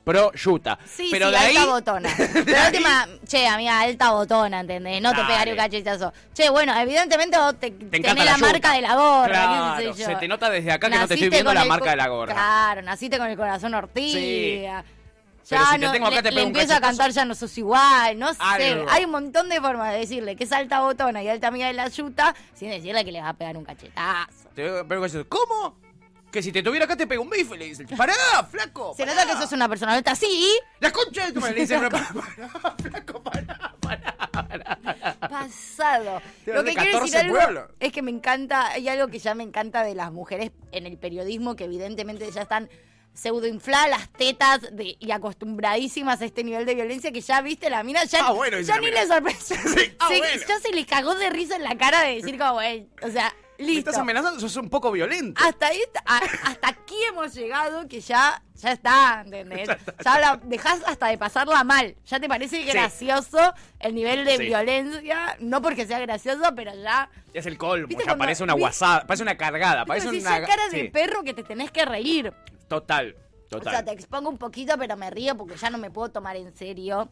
[SPEAKER 2] pro yuta.
[SPEAKER 3] Sí,
[SPEAKER 2] pero
[SPEAKER 3] sí,
[SPEAKER 2] de ahí.
[SPEAKER 3] alta botona. Pero
[SPEAKER 2] ahí-
[SPEAKER 3] última, che, amiga, alta botona, ¿entendés? No te
[SPEAKER 2] Dale.
[SPEAKER 3] pegaré un cachetazo. Che, bueno, evidentemente vos te,
[SPEAKER 2] encanta
[SPEAKER 3] tenés la,
[SPEAKER 2] la yuta.
[SPEAKER 3] marca de la gorra,
[SPEAKER 2] Claro,
[SPEAKER 3] qué sé yo.
[SPEAKER 2] se te nota desde acá que no te estoy
[SPEAKER 3] Naciste
[SPEAKER 2] viendo
[SPEAKER 3] con
[SPEAKER 2] la
[SPEAKER 3] el
[SPEAKER 2] marca
[SPEAKER 3] co-
[SPEAKER 2] de la gorra.
[SPEAKER 3] Claro, naciste con el corazón ortiga.
[SPEAKER 2] Pero
[SPEAKER 3] Ya
[SPEAKER 2] si te
[SPEAKER 3] no,
[SPEAKER 2] tengo acá,
[SPEAKER 3] le,
[SPEAKER 2] te
[SPEAKER 3] le
[SPEAKER 2] pego un
[SPEAKER 3] empiezo a
[SPEAKER 2] cachetazo.
[SPEAKER 3] cantar, ya no sos igual, no sé.
[SPEAKER 2] Algo.
[SPEAKER 3] Hay un montón de formas de decirle que es alta botona y alta amiga de la yuta, sin decirle que le vas a pegar un cachetazo.
[SPEAKER 2] Te veo- pero ¿cómo? que si te tuviera acá te pego un bife, le dice el chico. ¡Pará, flaco!
[SPEAKER 3] Se nota que sos una persona alta. Sí.
[SPEAKER 2] ¡La concha de tu madre! Le dice, "Pará, pará,
[SPEAKER 3] Pasado.
[SPEAKER 2] Te
[SPEAKER 3] Lo
[SPEAKER 2] van de
[SPEAKER 3] que quiero decir
[SPEAKER 2] 14
[SPEAKER 3] algo
[SPEAKER 2] pueblos.
[SPEAKER 3] es que me encanta, hay algo que ya me encanta de las mujeres en el periodismo, que evidentemente ya están pseudoinfladas las tetas de- y acostumbradísimas a este nivel de violencia que ya viste la mina, ya,
[SPEAKER 2] Ah, bueno, dice
[SPEAKER 3] ya
[SPEAKER 2] la
[SPEAKER 3] ni
[SPEAKER 2] mina.
[SPEAKER 3] le sorprende.
[SPEAKER 2] ah,
[SPEAKER 3] Se-
[SPEAKER 2] bueno.
[SPEAKER 3] Ya se le cagó de risa en la cara de decir como, "Ey", o sea,
[SPEAKER 2] Me
[SPEAKER 3] listo.
[SPEAKER 2] estás amenazando, sos un poco violento.
[SPEAKER 3] Hasta, ahí- a- hasta aquí hemos llegado que ya, ya está, ¿entendés? Ya, la dejás hasta de pasarla mal. Ya te parece gracioso el nivel de
[SPEAKER 2] Sí.
[SPEAKER 3] violencia, no porque sea gracioso, pero ya...
[SPEAKER 2] Es el colmo,
[SPEAKER 3] ¿Viste
[SPEAKER 2] ya
[SPEAKER 3] cuando-
[SPEAKER 2] parece una
[SPEAKER 3] vi-
[SPEAKER 2] guasada, parece una cargada, parece
[SPEAKER 3] Pero si
[SPEAKER 2] una...
[SPEAKER 3] esa cara de
[SPEAKER 2] sí,
[SPEAKER 3] perro que te tenés que reír.
[SPEAKER 2] Total,
[SPEAKER 3] O sea,
[SPEAKER 2] total.
[SPEAKER 3] te expongo un poquito, pero me río porque ya no me puedo tomar en serio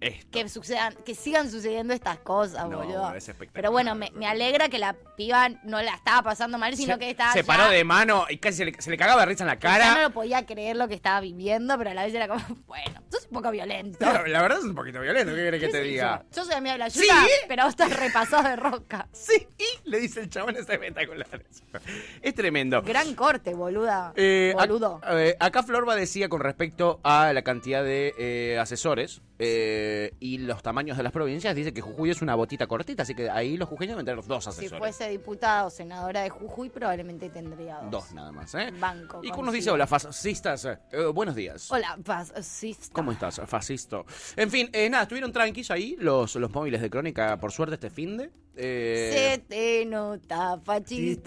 [SPEAKER 2] Esto.
[SPEAKER 3] que sucedan, que sigan sucediendo estas cosas,
[SPEAKER 2] No,
[SPEAKER 3] boludo.
[SPEAKER 2] es espectacular.
[SPEAKER 3] Pero bueno, me, me alegra que la piba no la estaba pasando mal, sino
[SPEAKER 2] se,
[SPEAKER 3] que estaba
[SPEAKER 2] se
[SPEAKER 3] ya-
[SPEAKER 2] paró de mano y casi se le, se le cagaba de risa en la
[SPEAKER 3] Ya no
[SPEAKER 2] cara.
[SPEAKER 3] lo podía creer lo que estaba viviendo, pero a la vez era como, bueno, sos un poco violento.
[SPEAKER 2] La, la verdad es un poquito violento, ¿qué querés que te diga?
[SPEAKER 3] Yo soy amiga de la
[SPEAKER 2] ¿Sí?
[SPEAKER 3] yuca, pero vos estás repasado de roca.
[SPEAKER 2] Sí, y le dice el chabón, es espectacular. Es tremendo.
[SPEAKER 3] Gran corte, boluda.
[SPEAKER 2] Eh, ac-
[SPEAKER 3] Boludo.
[SPEAKER 2] eh, acá Florba decía con respecto a la cantidad de eh, asesores eh, y los tamaños de las provincias, dice que Jujuy es una botita cortita, así que ahí los jujeños van a tener dos
[SPEAKER 3] Si
[SPEAKER 2] asesores.
[SPEAKER 3] fuese diputada o senadora de Jujuy, probablemente tendría dos.
[SPEAKER 2] Dos nada más, ¿eh?
[SPEAKER 3] Banco.
[SPEAKER 2] Y nos dice,
[SPEAKER 3] coincido.
[SPEAKER 2] hola, fascistas. eh, buenos días.
[SPEAKER 3] Hola, paz, sí.
[SPEAKER 2] ¿Cómo estás, fascisto? En fin, eh, nada, estuvieron tranquis ahí los, los móviles de Crónica, por suerte, este finde.
[SPEAKER 3] Se
[SPEAKER 2] Eh,
[SPEAKER 3] te nota,
[SPEAKER 2] fascistoide.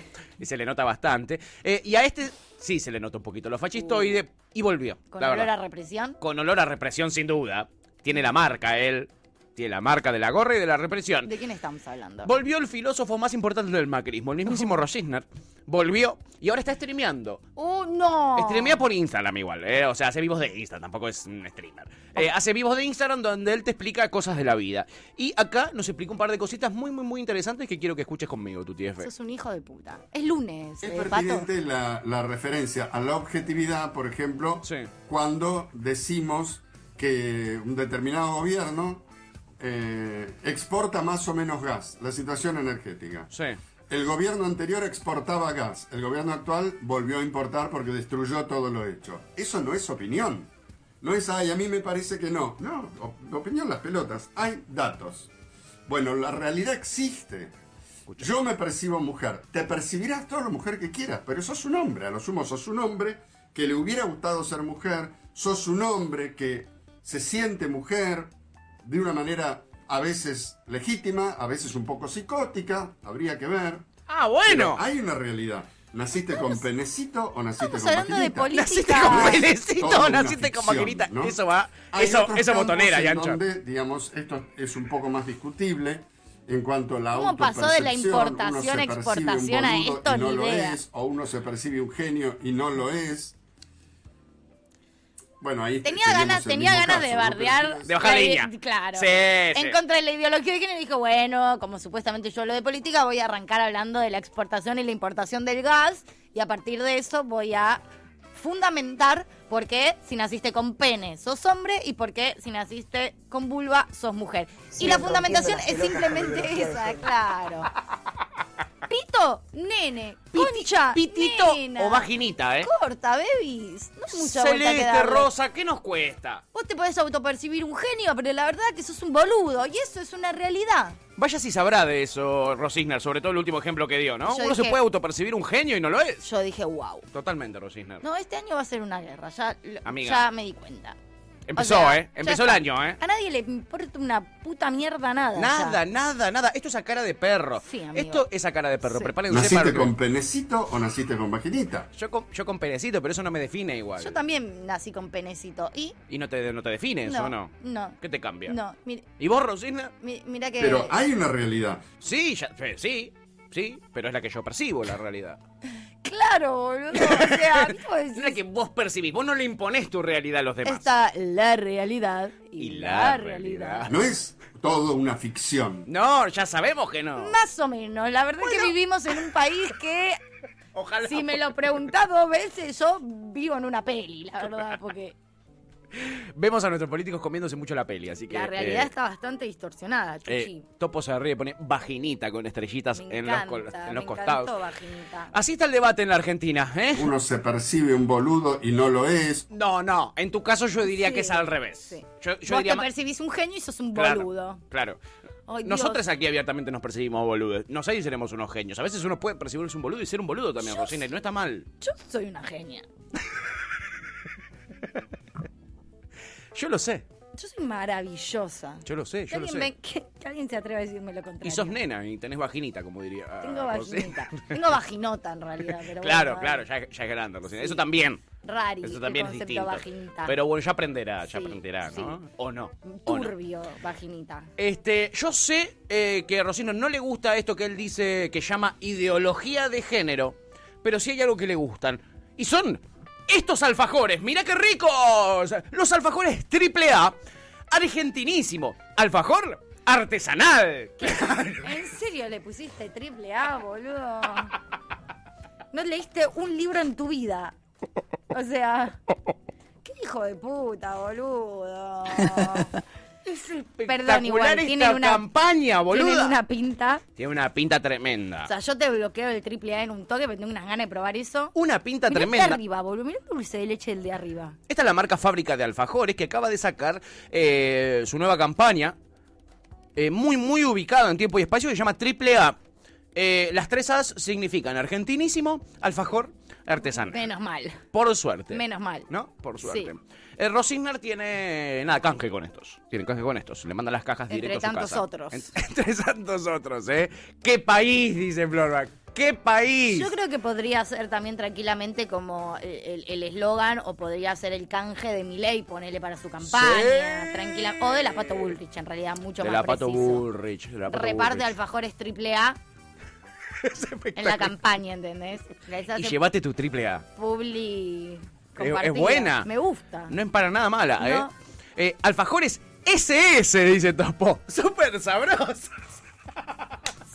[SPEAKER 3] fachistoide.
[SPEAKER 2] Y se le nota bastante. Eh, y a este sí se le nota un poquito lo fascistoide y volvió.
[SPEAKER 3] Con
[SPEAKER 2] la
[SPEAKER 3] olor
[SPEAKER 2] verdad.
[SPEAKER 3] a represión.
[SPEAKER 2] Con olor a represión, sin duda. Tiene la marca él. Tiene la marca de la gorra y de la represión.
[SPEAKER 3] ¿De quién estamos hablando?
[SPEAKER 2] Volvió el filósofo más importante del macrismo, el mismísimo Rosisner. Volvió y ahora está streameando.
[SPEAKER 3] ¡Uh, no!
[SPEAKER 2] Streamea por Instagram igual, eh, o sea, hace vivos de Instagram, tampoco es un streamer. Eh, hace vivos de Instagram donde él te explica cosas de la vida. Y acá nos explica un par de cositas muy, muy, muy interesantes que quiero que escuches conmigo, tu TF.
[SPEAKER 3] Sos un hijo de puta. Es lunes,
[SPEAKER 12] Es
[SPEAKER 3] eh, pato.
[SPEAKER 12] pertinente la, la referencia a la objetividad, por ejemplo, cuando decimos que un determinado gobierno eh, exporta más o menos gas, la situación energética. El gobierno anterior exportaba gas, el gobierno actual volvió a importar porque destruyó todo lo hecho. Eso no es opinión. No es, ay, a mí me parece que no. No, op- opinión las pelotas. Hay datos. Bueno, la realidad existe. Yo me percibo mujer. Te percibirás toda la mujer que quieras, pero sos un hombre. A lo sumo sos un hombre que le hubiera gustado ser mujer. Sos un hombre que se siente mujer de una manera a veces legítima, a veces un poco psicótica. Habría que ver.
[SPEAKER 2] Ah,
[SPEAKER 12] Pero hay una realidad. ¿Naciste con penecito o naciste
[SPEAKER 3] estamos
[SPEAKER 12] con
[SPEAKER 3] hablando de
[SPEAKER 12] maquinita?
[SPEAKER 2] Naciste con
[SPEAKER 3] política.
[SPEAKER 12] Todo
[SPEAKER 2] Belecito,
[SPEAKER 12] una
[SPEAKER 2] naciste con
[SPEAKER 12] ficción,
[SPEAKER 2] Maquinita.
[SPEAKER 12] ¿no?
[SPEAKER 2] Eso va,
[SPEAKER 12] Hay
[SPEAKER 2] eso,
[SPEAKER 12] otros
[SPEAKER 2] eso
[SPEAKER 12] campos
[SPEAKER 2] botonera,
[SPEAKER 12] en
[SPEAKER 2] Yancho.
[SPEAKER 12] donde, digamos, esto es un poco más discutible en cuanto a la
[SPEAKER 3] ¿Cómo pasó de la importación
[SPEAKER 12] autopercepción? Uno se
[SPEAKER 3] a
[SPEAKER 12] percibe un
[SPEAKER 3] exportación a
[SPEAKER 12] boludo
[SPEAKER 3] esto?
[SPEAKER 12] y no
[SPEAKER 3] Ni
[SPEAKER 12] lo
[SPEAKER 3] idea.
[SPEAKER 12] es, o uno se percibe un genio y no lo es. Bueno, ahí
[SPEAKER 3] Tenía
[SPEAKER 12] seguimos
[SPEAKER 3] ganas,
[SPEAKER 12] el
[SPEAKER 3] tenía
[SPEAKER 12] mismo
[SPEAKER 3] ganas
[SPEAKER 12] caso,
[SPEAKER 3] de
[SPEAKER 12] ¿no? Pero
[SPEAKER 3] bardear.
[SPEAKER 12] tienes-
[SPEAKER 2] De bajar
[SPEAKER 3] la ide-
[SPEAKER 2] línea.
[SPEAKER 3] Claro.
[SPEAKER 2] Sí, sí.
[SPEAKER 3] En contra de la ideología de género dijo, bueno, como supuestamente yo hablo de política, voy a arrancar hablando de la exportación y la importación del gas. Y a partir de eso voy a fundamentar por qué si naciste con pene sos hombre y por qué si naciste con vulva sos mujer. y la
[SPEAKER 8] rompiendo
[SPEAKER 3] fundamentación
[SPEAKER 8] las
[SPEAKER 3] es
[SPEAKER 8] pelotas con
[SPEAKER 3] simplemente
[SPEAKER 8] ideología de
[SPEAKER 3] esa,
[SPEAKER 8] género.
[SPEAKER 3] claro. Pito, nene, concha,
[SPEAKER 2] Pitito
[SPEAKER 3] nena.
[SPEAKER 2] o vaginita, ¿eh?
[SPEAKER 3] Corta, babies. No es mucha vuelta que
[SPEAKER 2] Celeste,
[SPEAKER 3] darle.
[SPEAKER 2] Rosa, ¿qué nos cuesta?
[SPEAKER 3] Vos te podés autopercibir un genio, pero la verdad que sos un boludo. Y eso es una realidad.
[SPEAKER 2] Vaya si sabrá de eso, Rosisner, sobre todo el último ejemplo que dio, ¿no?
[SPEAKER 3] Yo
[SPEAKER 2] Uno se
[SPEAKER 3] dije-
[SPEAKER 2] puede autopercibir un genio y no lo es.
[SPEAKER 3] Yo dije, wow.
[SPEAKER 2] Totalmente, Rosisner.
[SPEAKER 3] No, este año va a ser una guerra. Ya, lo-
[SPEAKER 2] Amiga.
[SPEAKER 3] ya me di cuenta.
[SPEAKER 2] Empezó,
[SPEAKER 3] O sea,
[SPEAKER 2] ¿eh?
[SPEAKER 3] ya
[SPEAKER 2] Empezó el
[SPEAKER 3] está.
[SPEAKER 2] año, ¿eh?
[SPEAKER 3] A nadie le importa una puta mierda nada.
[SPEAKER 2] Nada,
[SPEAKER 3] ya.
[SPEAKER 2] nada, nada. Esto es a cara de perro.
[SPEAKER 3] Sí, amigo.
[SPEAKER 2] Esto es a cara de perro. Prepárense para
[SPEAKER 12] ¿Naciste
[SPEAKER 2] lo que-
[SPEAKER 12] con penecito o naciste con vaginita?
[SPEAKER 2] Yo con, yo con penecito, pero eso no me define igual.
[SPEAKER 3] Yo también nací con penecito. ¿Y?
[SPEAKER 2] Y no te, no te define eso,
[SPEAKER 3] no,
[SPEAKER 2] ¿no?
[SPEAKER 3] No.
[SPEAKER 2] ¿Qué te cambia?
[SPEAKER 3] No, mira,
[SPEAKER 2] ¿Y vos, Rosina?
[SPEAKER 3] mira que.
[SPEAKER 12] Pero hay una realidad.
[SPEAKER 2] Sí, ya- eh, sí, sí, pero es la que yo percibo, la realidad.
[SPEAKER 3] Claro, boludo. O sea, ¿viste vos
[SPEAKER 2] Es
[SPEAKER 3] decís?
[SPEAKER 2] la que vos percibís, vos no le imponés tu realidad a los demás.
[SPEAKER 3] Está la realidad y,
[SPEAKER 2] Y
[SPEAKER 3] la,
[SPEAKER 2] la
[SPEAKER 3] realidad.
[SPEAKER 12] No es todo una ficción.
[SPEAKER 2] No, ya sabemos que no.
[SPEAKER 3] Más o menos. La verdad es que vivimos en un país que
[SPEAKER 2] Ojalá.
[SPEAKER 3] Si me lo preguntás dos veces, yo vivo en una peli, la verdad, porque
[SPEAKER 2] Vemos a nuestros políticos comiéndose mucho la peli, así que.
[SPEAKER 3] La realidad
[SPEAKER 2] eh,
[SPEAKER 3] está bastante distorsionada, Chuchi.
[SPEAKER 2] eh, Topo se ríe, pone vaginita con estrellitas
[SPEAKER 3] Me
[SPEAKER 2] en los, col-
[SPEAKER 3] encanta,
[SPEAKER 2] en los
[SPEAKER 3] me
[SPEAKER 2] costados. Ah,
[SPEAKER 3] encantó, vaginita.
[SPEAKER 2] Así está el debate en la Argentina, ¿eh?
[SPEAKER 12] Uno se percibe un boludo y no lo es.
[SPEAKER 2] No, no. En tu caso yo diría
[SPEAKER 3] Sí,
[SPEAKER 2] que es al revés.
[SPEAKER 3] sí.
[SPEAKER 2] Yo, yo
[SPEAKER 3] Vos
[SPEAKER 2] diría
[SPEAKER 3] te
[SPEAKER 2] ma-
[SPEAKER 3] percibís un genio y sos un
[SPEAKER 2] Claro.
[SPEAKER 3] boludo.
[SPEAKER 2] Claro.
[SPEAKER 3] Ay, Dios.
[SPEAKER 2] Nosotros aquí abiertamente nos percibimos boludos. No sé si seremos unos genios. A veces uno puede percibirse un boludo y ser un boludo también,
[SPEAKER 3] Yo
[SPEAKER 2] Rosina, y no está mal.
[SPEAKER 3] Yo soy una genia.
[SPEAKER 2] Yo lo sé,
[SPEAKER 3] Yo soy maravillosa.
[SPEAKER 2] yo lo sé,
[SPEAKER 3] que,
[SPEAKER 2] yo lo
[SPEAKER 3] alguien
[SPEAKER 2] sé.
[SPEAKER 3] me- que- que alguien se atreva a decirme lo contrario.
[SPEAKER 2] Y sos nena y tenés vaginita, como diría. ah,
[SPEAKER 3] Tengo
[SPEAKER 2] Rosina.
[SPEAKER 3] vaginita. Tengo vaginota en realidad. Pero
[SPEAKER 2] Claro,
[SPEAKER 3] bueno,
[SPEAKER 2] claro, ya, ya es grande, Rosina. Eso también.
[SPEAKER 3] Rari,
[SPEAKER 2] Eso
[SPEAKER 3] el
[SPEAKER 2] también es
[SPEAKER 3] concepto
[SPEAKER 2] distinto.
[SPEAKER 3] vaginita.
[SPEAKER 2] Pero bueno, ya aprenderá, ya
[SPEAKER 3] Sí,
[SPEAKER 2] aprenderá, ¿no?
[SPEAKER 3] sí.
[SPEAKER 2] O no. o no.
[SPEAKER 3] Turbio, vaginita.
[SPEAKER 2] Este, yo sé eh, que a Rosino no le gusta esto que él dice que llama ideología de género, pero sí hay algo que le gustan. Y son estos alfajores. ¡Mirá qué ricos! Los alfajores triple A, argentinísimo. Alfajor artesanal.
[SPEAKER 3] ¿En serio le pusiste triple A, boludo? No leíste un libro en tu vida. O sea, qué hijo de puta, boludo. Perdón, igual
[SPEAKER 2] Espectacular
[SPEAKER 3] tienen
[SPEAKER 2] esta
[SPEAKER 3] una
[SPEAKER 2] campaña, boluda.
[SPEAKER 3] Tienen una pinta.
[SPEAKER 2] Tiene una pinta tremenda.
[SPEAKER 3] O sea, yo te bloqueo el triple A en un toque, pero tengo unas ganas de probar eso.
[SPEAKER 2] una pinta
[SPEAKER 3] Mirá el de
[SPEAKER 2] tremenda.
[SPEAKER 3] arriba, boludo. Mirá el dulce de leche del de arriba.
[SPEAKER 2] Esta es la marca Fábrica de Alfajores que acaba de sacar eh, su nueva campaña, eh, muy, muy ubicada en tiempo y espacio, que se llama Triple A. Eh, las tres A's significan argentinísimo, alfajor, artesano.
[SPEAKER 3] Menos mal.
[SPEAKER 2] Por suerte.
[SPEAKER 3] Menos mal.
[SPEAKER 2] ¿No? Por
[SPEAKER 3] Sí.
[SPEAKER 2] suerte. Eh, Rosiner tiene, nada, canje con estos. Tiene canje con estos. Le mandan las cajas
[SPEAKER 3] Entre
[SPEAKER 2] directo a su
[SPEAKER 3] tantos
[SPEAKER 2] casa.
[SPEAKER 3] otros.
[SPEAKER 2] Ent- entre tantos otros, ¿eh? ¿Qué país? Dice Florback. ¿Qué país?
[SPEAKER 3] Yo creo que podría ser también tranquilamente como el el- el eslogan o podría ser el canje de Milei, ponele para su campaña, tranquila. O de la Pato Bullrich, en realidad, mucho
[SPEAKER 2] de
[SPEAKER 3] más
[SPEAKER 2] la Pato
[SPEAKER 3] preciso.
[SPEAKER 2] Bullrich. de la Pato
[SPEAKER 3] Reparte
[SPEAKER 2] Bullrich.
[SPEAKER 3] alfajores triple A en la campaña, ¿entendés? Les hace
[SPEAKER 2] Y llévate tu triple A.
[SPEAKER 3] publi
[SPEAKER 2] Es-
[SPEAKER 3] compartida.
[SPEAKER 2] Es buena.
[SPEAKER 3] Me gusta.
[SPEAKER 2] No es para nada mala,
[SPEAKER 3] No.
[SPEAKER 2] ¿eh? Eh, Alfajores SS, dice Topo. Súper sabroso.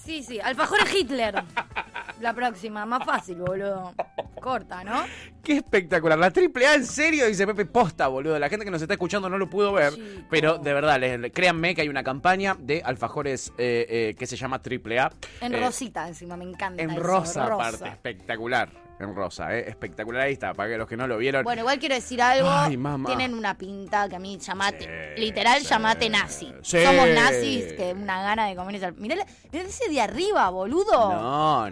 [SPEAKER 3] Sí, sí. Alfajores Hitler. La próxima, más fácil, boludo. Corta, ¿no?
[SPEAKER 2] Qué espectacular. La triple A en serio, dice Pepe Posta, boludo. La gente que nos está escuchando no lo pudo ver. Pero de verdad, les- le- créanme que hay una campaña de alfajores eh, eh, que se llama triple A.
[SPEAKER 3] En
[SPEAKER 2] Eh,
[SPEAKER 3] rosita encima, me encanta.
[SPEAKER 2] En
[SPEAKER 3] eso,
[SPEAKER 2] rosa, aparte. Espectacular. En rosa, ¿eh? Espectacular. Ahí está, para que los que no lo vieron.
[SPEAKER 3] Bueno, igual quiero decir algo.
[SPEAKER 2] Ay, mamá.
[SPEAKER 3] Tienen una pinta que a mí llamate. literal, llamate nazi.
[SPEAKER 2] Sí.
[SPEAKER 3] Somos nazis que una gana de comer esa. Mirá, la- mirá ese de arriba, boludo.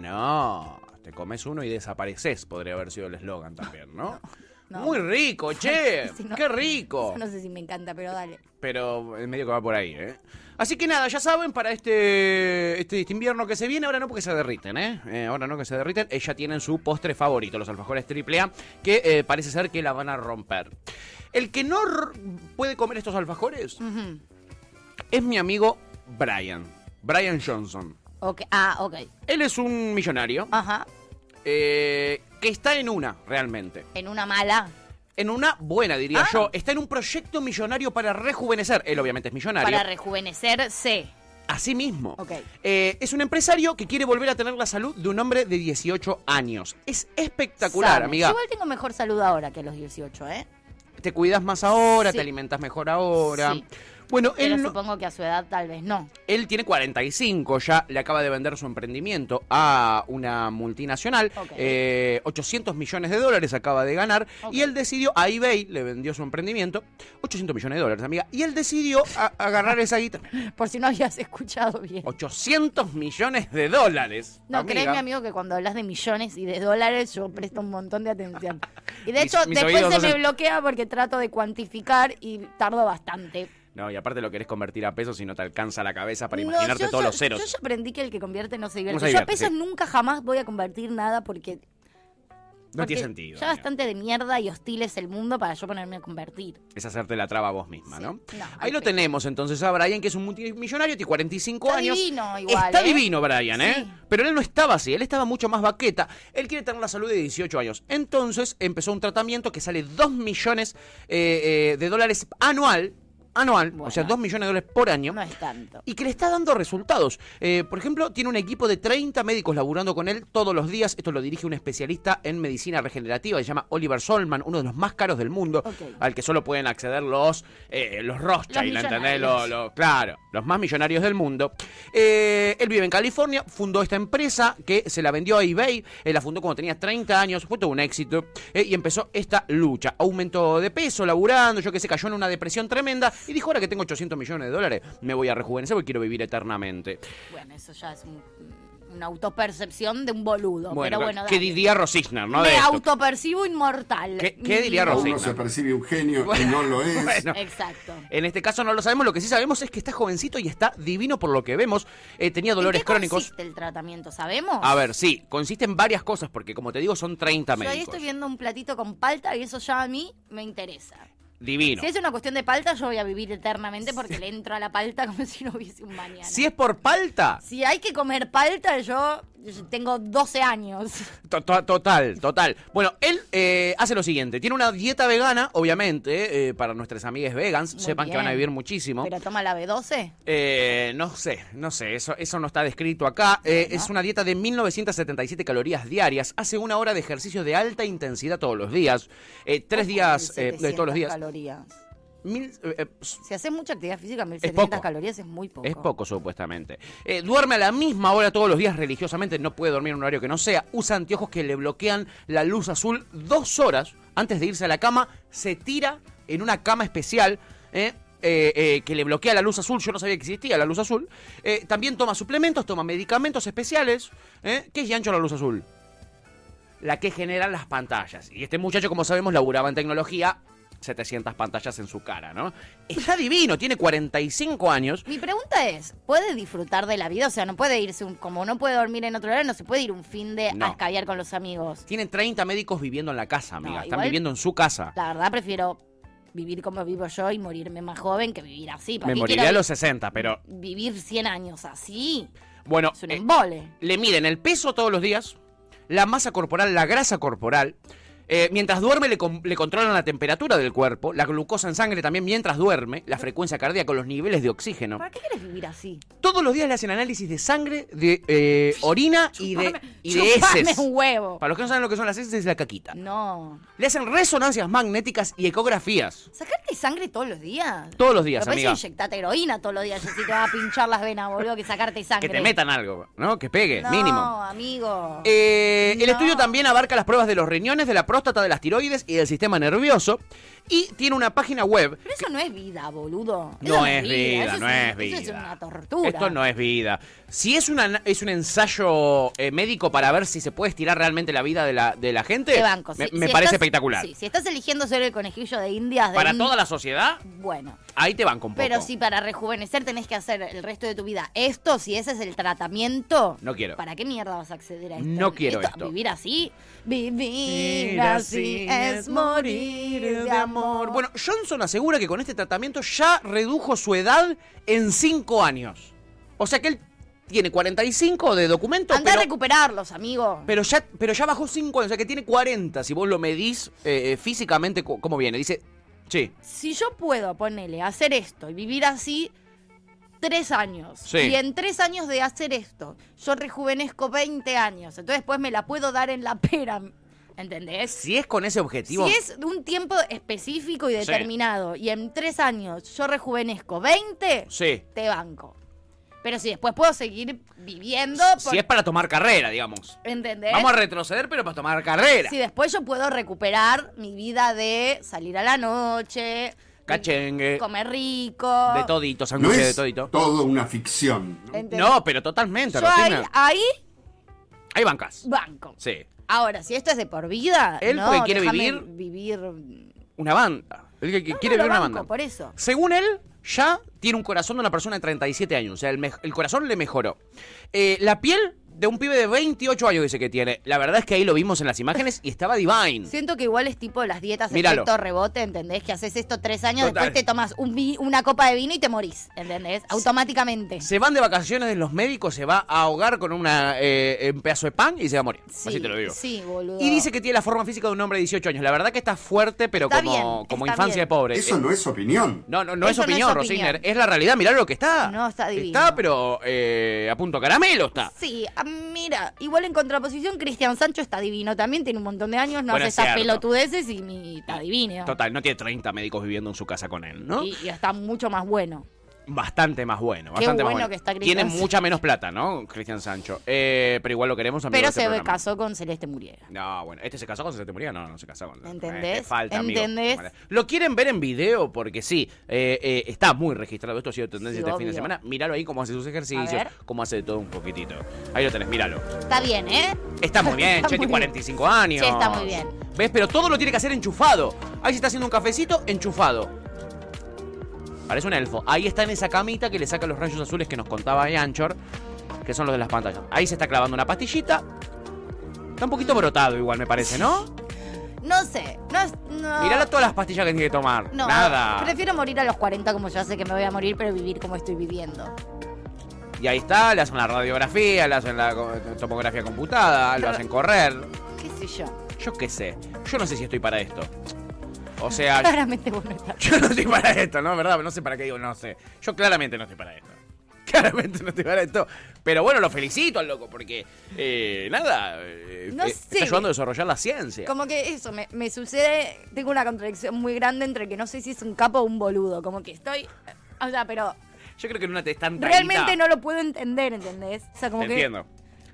[SPEAKER 2] No, no. Te comes uno y desapareces, podría haber sido el eslogan también, ¿no? Muy rico, che.
[SPEAKER 3] Si no-
[SPEAKER 2] Qué rico.
[SPEAKER 3] Eso no sé si me encanta, pero dale.
[SPEAKER 2] Pero el medio que va por ahí, ¿eh? Así que nada, ya saben, para este, este, este invierno que se viene, ahora no porque se derriten, ¿eh? Eh, Ahora no que se derriten, eh, ya tienen su postre favorito, los alfajores triple A, que eh, parece ser que la van a romper. El que no r- puede comer estos alfajores
[SPEAKER 3] Ujú.
[SPEAKER 2] es mi amigo Brian, Brian Johnson.
[SPEAKER 3] Ok, Ah, ok.
[SPEAKER 2] Él es un millonario
[SPEAKER 3] Ajá.
[SPEAKER 2] eh, que está en una, realmente.
[SPEAKER 3] En una mala.
[SPEAKER 2] En una buena,
[SPEAKER 3] Ah.
[SPEAKER 2] diría yo. Está en un proyecto millonario para rejuvenecer. Él obviamente es millonario.
[SPEAKER 3] Para rejuvenecerse.
[SPEAKER 2] Así mismo.
[SPEAKER 3] Ok.
[SPEAKER 2] Eh, es un empresario que quiere volver a tener la salud de un hombre de 18 años. Es espectacular,
[SPEAKER 3] Sano.
[SPEAKER 2] amiga.
[SPEAKER 3] Yo igual tengo mejor salud ahora que a los 18, ¿eh?
[SPEAKER 2] Te cuidas más ahora,
[SPEAKER 3] Sí.
[SPEAKER 2] te alimentas mejor ahora.
[SPEAKER 3] Sí.
[SPEAKER 2] Bueno,
[SPEAKER 3] Pero
[SPEAKER 2] él, no-
[SPEAKER 3] supongo que a su edad tal vez no.
[SPEAKER 2] él tiene 45 ya, le acaba de vender su emprendimiento a una multinacional,
[SPEAKER 3] Ok.
[SPEAKER 2] eh, 800 millones de dólares acaba de ganar,
[SPEAKER 3] Ok.
[SPEAKER 2] y él decidió, a eBay le vendió su emprendimiento, 800 millones de dólares, amiga, y él decidió a- agarrar esa guita.
[SPEAKER 3] Por si no habías escuchado bien.
[SPEAKER 2] 800 millones de dólares.
[SPEAKER 3] No,
[SPEAKER 2] amiga.
[SPEAKER 3] créeme, amigo, que cuando hablas de millones y de dólares, yo presto un montón de atención. Y de
[SPEAKER 2] Mis-
[SPEAKER 3] hecho,
[SPEAKER 2] mis
[SPEAKER 3] después
[SPEAKER 2] oídos
[SPEAKER 3] se me
[SPEAKER 2] hacen-
[SPEAKER 3] bloquea porque trato de cuantificar y tardo bastante.
[SPEAKER 2] No, y aparte lo querés convertir a pesos y no te alcanza la cabeza para
[SPEAKER 3] No,
[SPEAKER 2] imaginarte
[SPEAKER 3] yo
[SPEAKER 2] todos
[SPEAKER 3] ya-
[SPEAKER 2] los ceros.
[SPEAKER 3] Yo ya aprendí que el que convierte no se divierte.
[SPEAKER 2] se
[SPEAKER 3] yo a
[SPEAKER 2] divierte,
[SPEAKER 3] pesos
[SPEAKER 2] sí.
[SPEAKER 3] nunca jamás voy a convertir nada porque.
[SPEAKER 2] no
[SPEAKER 3] porque
[SPEAKER 2] tiene sentido.
[SPEAKER 3] Ya
[SPEAKER 2] amiga.
[SPEAKER 3] bastante de mierda y hostil es el mundo para yo ponerme a convertir.
[SPEAKER 2] Es hacerte la traba vos misma, ¿no?
[SPEAKER 3] no,
[SPEAKER 2] Ahí lo tenemos entonces a Brian, que es un multimillonario, tiene 45
[SPEAKER 3] Está
[SPEAKER 2] años.
[SPEAKER 3] divino igual,
[SPEAKER 2] Está
[SPEAKER 3] ¿eh?
[SPEAKER 2] divino Brian, ¿eh? Pero él no estaba así, él estaba mucho más vaqueta. Él quiere tener la salud de 18 años. Entonces empezó un tratamiento que sale 2 millones eh, eh, de dólares anual anual, o sea, 2 millones de dólares por año. No
[SPEAKER 3] es tanto.
[SPEAKER 2] Y que le está dando resultados. Eh, por ejemplo, tiene un equipo de 30 médicos laburando con él todos los días. Esto lo dirige un especialista en medicina regenerativa, se llama Oliver Solman, uno de los más caros del mundo,
[SPEAKER 13] Ok.
[SPEAKER 2] al que solo pueden acceder los, eh, los Rothschild,
[SPEAKER 13] Los
[SPEAKER 2] ¿entendés?
[SPEAKER 13] millonarios.
[SPEAKER 2] Los- los- claro, los más millonarios del mundo. Eh, él vive en California, fundó esta empresa que se la vendió a eBay, eh, la fundó cuando tenía 30 años, fue todo un éxito, eh, y empezó esta lucha. Aumentó de peso, laburando, yo que sé, cayó en una depresión tremenda, y dijo, ahora que tengo 800 millones de dólares, me voy a rejuvenecer porque quiero vivir eternamente.
[SPEAKER 3] Bueno, eso ya es un- mm, una autopercepción de un boludo. pero bueno,
[SPEAKER 2] ¿qué
[SPEAKER 3] dale.
[SPEAKER 2] diría Rosisner, no?
[SPEAKER 3] Me
[SPEAKER 2] de esto?
[SPEAKER 3] autopercibo inmortal.
[SPEAKER 2] ¿Qué- qué diría
[SPEAKER 12] Uno
[SPEAKER 2] Rosina?
[SPEAKER 12] se percibe un genio y no lo es.
[SPEAKER 2] Bueno.
[SPEAKER 3] Exacto.
[SPEAKER 2] En este caso no lo sabemos, lo que sí sabemos es que está jovencito y está divino por lo que vemos. Eh, tenía dolores
[SPEAKER 3] ¿En qué
[SPEAKER 2] crónicos.
[SPEAKER 3] consiste el tratamiento? ¿Sabemos?
[SPEAKER 2] A ver, sí, consiste en varias cosas, porque como te digo, son 30
[SPEAKER 3] Yo ahí
[SPEAKER 2] médicos.
[SPEAKER 3] estoy viendo un platito con palta y eso ya a mí me interesa.
[SPEAKER 2] Divino.
[SPEAKER 3] Si es una cuestión de palta, yo voy a vivir eternamente porque le entro a la palta como si no hubiese un mañana.
[SPEAKER 2] Si es por palta,
[SPEAKER 3] Si hay que comer palta, yo tengo 12 años.
[SPEAKER 2] to- to- total, total. Bueno, él eh, hace lo siguiente: tiene una dieta vegana, obviamente, eh, para nuestras amigas vegans,
[SPEAKER 3] Muy
[SPEAKER 2] sepan que
[SPEAKER 3] bien.
[SPEAKER 2] van a vivir muchísimo.
[SPEAKER 3] Pero toma la B12.
[SPEAKER 2] Eh, no sé, no sé, eso, eso no está descrito acá. Eh,
[SPEAKER 3] Bueno.
[SPEAKER 2] Es una dieta de 1977 calorías diarias. Hace una hora de ejercicio de alta intensidad todos los días. Eh, tres días eh, de todos los
[SPEAKER 3] 700
[SPEAKER 2] días.
[SPEAKER 3] calorías.
[SPEAKER 2] Mil, eh, eh,
[SPEAKER 3] Si haces mucha actividad física,
[SPEAKER 2] Es
[SPEAKER 3] 1700
[SPEAKER 2] poco.
[SPEAKER 3] calorías es muy poco.
[SPEAKER 2] Es poco, supuestamente. Eh, duerme a la misma hora todos los días religiosamente, no puede dormir en un horario que no sea. Usa anteojos que le bloquean la luz azul dos horas antes de irse a la cama. Se tira en una cama especial eh, eh, eh, que le bloquea la luz azul. Yo no sabía que existía la luz azul. Eh, también toma suplementos, toma medicamentos especiales. eh, ¿Qué es y ancho la luz azul? La que generan las pantallas. Y este muchacho, como sabemos, laburaba en tecnología. 700 pantallas en su cara, ¿no? Está divino, tiene 45 años.
[SPEAKER 3] Mi pregunta es, ¿puede disfrutar de la vida? O sea, no puede irse, un- como no puede dormir en otro horario, no se puede ir un fin de
[SPEAKER 2] No.
[SPEAKER 3] a escabiar con los amigos.
[SPEAKER 2] Tienen 30 médicos viviendo en la casa, amiga. Están
[SPEAKER 3] igual-
[SPEAKER 2] viviendo en su casa.
[SPEAKER 3] La verdad, prefiero vivir como vivo yo y morirme más joven que vivir así. ¿Para
[SPEAKER 2] Me
[SPEAKER 3] qué
[SPEAKER 2] moriría
[SPEAKER 3] quiero
[SPEAKER 2] a los 60, pero
[SPEAKER 3] vi- Vivir 100 años así.
[SPEAKER 2] bueno.
[SPEAKER 3] Es un
[SPEAKER 2] eh,
[SPEAKER 3] embole.
[SPEAKER 2] le miden el peso todos los días, la masa corporal, la grasa corporal. Eh, mientras duerme le, con- le controlan la temperatura del cuerpo, la glucosa en sangre también mientras duerme, la frecuencia cardíaca, los niveles de oxígeno.
[SPEAKER 3] ¿Para qué quieres vivir así?
[SPEAKER 2] Todos los días le hacen análisis de sangre, de eh, orina y de, y de
[SPEAKER 3] Chupame
[SPEAKER 2] heces.
[SPEAKER 3] un huevo.
[SPEAKER 2] Para los que no saben lo que son las heces, es la caquita.
[SPEAKER 3] No.
[SPEAKER 2] Le hacen resonancias magnéticas y ecografías.
[SPEAKER 3] ¿Sacarte sangre todos los días?
[SPEAKER 2] Todos los días,
[SPEAKER 3] Me parece
[SPEAKER 2] amiga.
[SPEAKER 3] inyectarte heroína todos los días. Yo sí te va a pinchar las venas, boludo, que sacarte sangre.
[SPEAKER 2] Que te metan algo, ¿no? Que pegue,
[SPEAKER 3] No,
[SPEAKER 2] mínimo.
[SPEAKER 3] amigo.
[SPEAKER 2] Eh, El estudio también abarca las pruebas de los riñones, de la próstata, de las tiroides y del sistema nervioso. Y tiene una página web.
[SPEAKER 3] Pero eso no es vida, boludo. Eso
[SPEAKER 2] No es
[SPEAKER 3] eso
[SPEAKER 2] vida, no es
[SPEAKER 3] un- Eso es
[SPEAKER 2] vida.
[SPEAKER 3] una tortura.
[SPEAKER 2] Esto no es vida. Si es, una, es un ensayo eh, médico para ver si se puede estirar realmente la vida de la, de la gente,
[SPEAKER 3] Te banco.
[SPEAKER 2] me,
[SPEAKER 3] Si-
[SPEAKER 2] me
[SPEAKER 3] si
[SPEAKER 2] parece
[SPEAKER 3] estás-
[SPEAKER 2] espectacular.
[SPEAKER 3] sí, si estás eligiendo ser el conejillo de indias de
[SPEAKER 2] Para
[SPEAKER 3] un-
[SPEAKER 2] toda la sociedad,
[SPEAKER 3] Bueno,
[SPEAKER 2] ahí te van con poco.
[SPEAKER 3] pero si para rejuvenecer tenés que hacer el resto de tu vida esto, si ese es el tratamiento...
[SPEAKER 2] No quiero.
[SPEAKER 3] ¿Para qué mierda vas a acceder a esto?
[SPEAKER 2] No quiero esto.
[SPEAKER 3] ¿Vivir así? Vivir
[SPEAKER 2] Vivir así
[SPEAKER 3] así es morir de amor.
[SPEAKER 2] Bueno, Johnson asegura que con este tratamiento ya redujo su edad en 5 años. O sea que él tiene 45 de documento,
[SPEAKER 3] Anda
[SPEAKER 2] pero-
[SPEAKER 3] a recuperarlos, amigo.
[SPEAKER 2] Pero ya, pero ya bajó 5 años, o sea que tiene 40. Si vos lo medís eh, eh, físicamente, co- ¿cómo viene? Dice, sí,
[SPEAKER 3] si yo puedo, ponele, hacer esto y vivir así tres años.
[SPEAKER 2] Sí.
[SPEAKER 3] Y en tres años de hacer esto, yo rejuvenezco 20 años. Entonces después me la puedo dar en la pera. ¿Entendés?
[SPEAKER 2] si es con ese objetivo.
[SPEAKER 3] Si es de un tiempo específico y
[SPEAKER 2] Sí.
[SPEAKER 3] determinado y en tres años yo rejuvenezco 20,
[SPEAKER 2] Sí.
[SPEAKER 3] te banco. Pero si después puedo seguir viviendo, por-
[SPEAKER 2] Si es para tomar carrera, digamos.
[SPEAKER 3] ¿entendés?
[SPEAKER 2] Vamos a retroceder, pero para tomar carrera.
[SPEAKER 3] Si después yo puedo recuperar mi vida de salir a la noche,
[SPEAKER 2] Cachengue.
[SPEAKER 3] comer rico.
[SPEAKER 2] De todito,
[SPEAKER 12] No
[SPEAKER 2] sándwich de
[SPEAKER 12] es
[SPEAKER 2] todito.
[SPEAKER 12] todo una ficción.
[SPEAKER 3] ¿entendés?
[SPEAKER 2] No, pero totalmente,
[SPEAKER 3] Yo ahí,
[SPEAKER 2] Rosina.
[SPEAKER 3] ahí
[SPEAKER 2] Hay bancas.
[SPEAKER 3] banco.
[SPEAKER 2] Sí.
[SPEAKER 3] Ahora, si esto es de por vida,
[SPEAKER 2] Él
[SPEAKER 3] no,
[SPEAKER 2] porque quiere
[SPEAKER 3] déjame
[SPEAKER 2] vivir-
[SPEAKER 3] vivir
[SPEAKER 2] Una banda. El que que quiere
[SPEAKER 3] no, lo
[SPEAKER 2] ver una
[SPEAKER 3] banco,
[SPEAKER 2] banda.
[SPEAKER 3] por eso.
[SPEAKER 2] Según él, ya tiene un corazón de una persona de 37 años. O sea, el, mej- el corazón le mejoró. Eh, la piel de un pibe de 28 años dice que tiene. La verdad es que ahí lo vimos en las imágenes y estaba divine.
[SPEAKER 3] Siento que igual es tipo las dietas
[SPEAKER 2] Míralo.
[SPEAKER 3] efecto rebote, ¿entendés? Que haces esto tres años,
[SPEAKER 2] Total.
[SPEAKER 3] después te tomas un vi- una copa de vino y te morís, ¿entendés? Automáticamente.
[SPEAKER 2] Se van de vacaciones los médicos, se va a ahogar con una, eh, un pedazo de pan y se va a morir. Así te lo digo.
[SPEAKER 3] Sí, boludo.
[SPEAKER 2] Y dice que tiene la forma física de un hombre de 18 años. La verdad que está fuerte, pero
[SPEAKER 3] Está
[SPEAKER 2] como,
[SPEAKER 3] bien,
[SPEAKER 2] como
[SPEAKER 3] está
[SPEAKER 2] infancia
[SPEAKER 3] bien.
[SPEAKER 2] de pobre.
[SPEAKER 12] Eso no es opinión.
[SPEAKER 2] No, no, no es
[SPEAKER 3] Eso no es
[SPEAKER 2] opinión,
[SPEAKER 3] opinión.
[SPEAKER 2] Rosiner. Es la realidad, mirá lo que está.
[SPEAKER 3] No, está divino.
[SPEAKER 2] Está, pero eh, a punto caramelo está.
[SPEAKER 3] Sí, ah, mira, igual en contraposición, Cristian Sancho está divino también, tiene un montón de años, no
[SPEAKER 2] Bueno,
[SPEAKER 3] hace
[SPEAKER 2] es
[SPEAKER 3] esas
[SPEAKER 2] cierto.
[SPEAKER 3] pelotudeces y, ni- está divino.
[SPEAKER 2] Total, no tiene 30 médicos viviendo en su casa con él, ¿no?
[SPEAKER 3] Y, y está mucho más bueno.
[SPEAKER 2] Bastante más bueno,
[SPEAKER 3] Qué
[SPEAKER 2] bastante más
[SPEAKER 3] bueno
[SPEAKER 2] bueno.
[SPEAKER 3] que está Cristian
[SPEAKER 2] tiene
[SPEAKER 3] Sancho.
[SPEAKER 2] mucha menos plata, ¿no? Cristian Sancho. Eh, pero igual lo queremos amigo, de
[SPEAKER 3] Pero
[SPEAKER 2] este
[SPEAKER 3] se ve-
[SPEAKER 2] programa.
[SPEAKER 3] casó con Celeste Muriera.
[SPEAKER 2] No, bueno, este se casó con Celeste Muriel, no, no se casó con
[SPEAKER 3] ¿Entendés?
[SPEAKER 2] Eh, falta, amigo.
[SPEAKER 3] ¿Entendés?
[SPEAKER 2] Lo quieren ver en video porque sí, eh, eh, está muy registrado. Esto ha sido tendencia
[SPEAKER 3] Sí,
[SPEAKER 2] este fin de
[SPEAKER 3] obvio.
[SPEAKER 2] semana. Míralo ahí cómo hace sus ejercicios,
[SPEAKER 3] ver.
[SPEAKER 2] cómo hace de todo un poquitito. Ahí lo tenés, míralo.
[SPEAKER 3] Está bien, ¿eh?
[SPEAKER 2] Está muy bien,
[SPEAKER 3] Está
[SPEAKER 2] Che, tiene
[SPEAKER 3] muy bien.
[SPEAKER 2] 45 años.
[SPEAKER 3] Che, está muy bien.
[SPEAKER 2] ¿Ves? Pero todo lo tiene que hacer enchufado. Ahí se está haciendo un cafecito, enchufado. Parece un elfo. Ahí está en esa camita que le saca los rayos azules que nos contaba ahí Anchor, que son los de las pantallas. Ahí se está clavando una pastillita. Está un poquito brotado igual, me parece, ¿no?
[SPEAKER 3] No sé, no, es- no.
[SPEAKER 2] Mirala todas las pastillas que tiene que tomar.
[SPEAKER 3] Ah. No,
[SPEAKER 2] Nada.
[SPEAKER 3] prefiero morir a los 40 como yo sé que me voy a morir, pero vivir como estoy viviendo.
[SPEAKER 2] Y ahí está, le hacen la radiografía, le hacen la co- tomografía computada, lo hacen correr.
[SPEAKER 3] ¿Qué sé yo?
[SPEAKER 2] Yo qué sé. Yo no sé si estoy para esto. O sea,
[SPEAKER 3] Claramente vos no estás.
[SPEAKER 2] Yo no estoy para esto, ¿no? ¿Verdad? No sé para qué digo, no sé. Yo claramente no estoy para esto. Claramente no estoy para esto. Pero bueno, lo felicito al loco porque, eh, nada, eh,
[SPEAKER 3] No
[SPEAKER 2] eh,
[SPEAKER 3] sé.
[SPEAKER 2] está ayudando a desarrollar la ciencia.
[SPEAKER 3] Como que eso, me, me sucede, tengo una contradicción muy grande entre que no sé si es un capo o un boludo. Como que estoy. eh, O sea, pero
[SPEAKER 2] Yo creo que en una te están
[SPEAKER 3] realmente no lo puedo entender, ¿entendés? O sea, como
[SPEAKER 2] Te
[SPEAKER 3] que.
[SPEAKER 2] entiendo.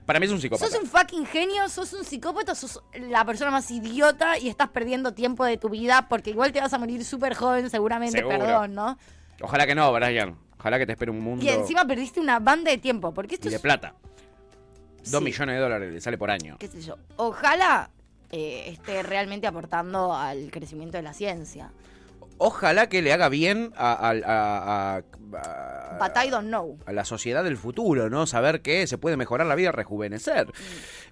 [SPEAKER 2] Para mí es un psicópata.
[SPEAKER 3] Sos un fucking genio, sos un psicópata, sos la persona más idiota y estás perdiendo tiempo de tu vida porque igual te vas a morir súper joven, seguramente,
[SPEAKER 2] Seguro.
[SPEAKER 3] perdón, ¿no?
[SPEAKER 2] Ojalá que no, Brian. Ojalá que te espere un mundo
[SPEAKER 3] Y encima perdiste una banda de tiempo, porque esto
[SPEAKER 2] y de
[SPEAKER 3] es
[SPEAKER 2] plata. Dos
[SPEAKER 3] Sí.
[SPEAKER 2] millones de dólares le sale por año.
[SPEAKER 3] qué sé yo, ojalá eh, esté realmente aportando al crecimiento de la ciencia.
[SPEAKER 2] Ojalá que le haga bien a- al- a- a- a-
[SPEAKER 3] But I don't know.
[SPEAKER 2] a la sociedad del futuro, ¿no? Saber que se puede mejorar la vida, rejuvenecer.
[SPEAKER 3] Mm.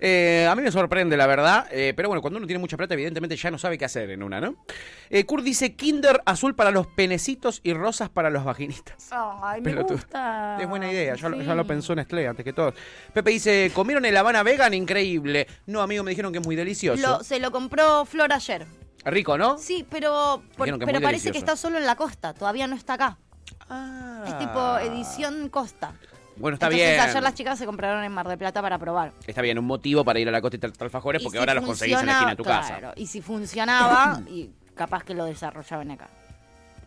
[SPEAKER 2] Eh, a mí me sorprende, la verdad. eh, pero bueno, cuando uno tiene mucha plata, evidentemente ya no sabe qué hacer en una, ¿no? Eh, Kurt dice Kinder azul para los penecitos y rosas para los vaginistas.
[SPEAKER 3] Ay, me
[SPEAKER 2] Pelotudo.
[SPEAKER 3] gusta.
[SPEAKER 2] Es buena idea, ya, lo-
[SPEAKER 3] Ah, Sí.
[SPEAKER 2] ya lo pensó Nestlé antes que todo. Pepe dice, ¿comieron el Habana Vegan? Increíble. No, amigo, me dijeron que es muy delicioso.
[SPEAKER 3] Lo- se lo compró Flor ayer.
[SPEAKER 2] Rico, ¿no?
[SPEAKER 3] Sí, pero, por-
[SPEAKER 2] Dijeron que es
[SPEAKER 3] pero
[SPEAKER 2] muy
[SPEAKER 3] parece que
[SPEAKER 2] delicioso.
[SPEAKER 3] está solo en la costa, todavía no está acá. Es tipo edición costa.
[SPEAKER 2] Ah. Bueno, está
[SPEAKER 3] Entonces,
[SPEAKER 2] bien.
[SPEAKER 3] ayer las chicas se compraron en Mar de Plata para probar.
[SPEAKER 2] Está bien, un motivo para ir a la costa y tratar alfajores
[SPEAKER 3] Y
[SPEAKER 2] porque
[SPEAKER 3] si
[SPEAKER 2] ahora los conseguís en la esquina
[SPEAKER 3] funciona-
[SPEAKER 2] de tu
[SPEAKER 3] claro,
[SPEAKER 2] casa.
[SPEAKER 3] Y si funcionaba, y capaz que lo desarrollaban acá.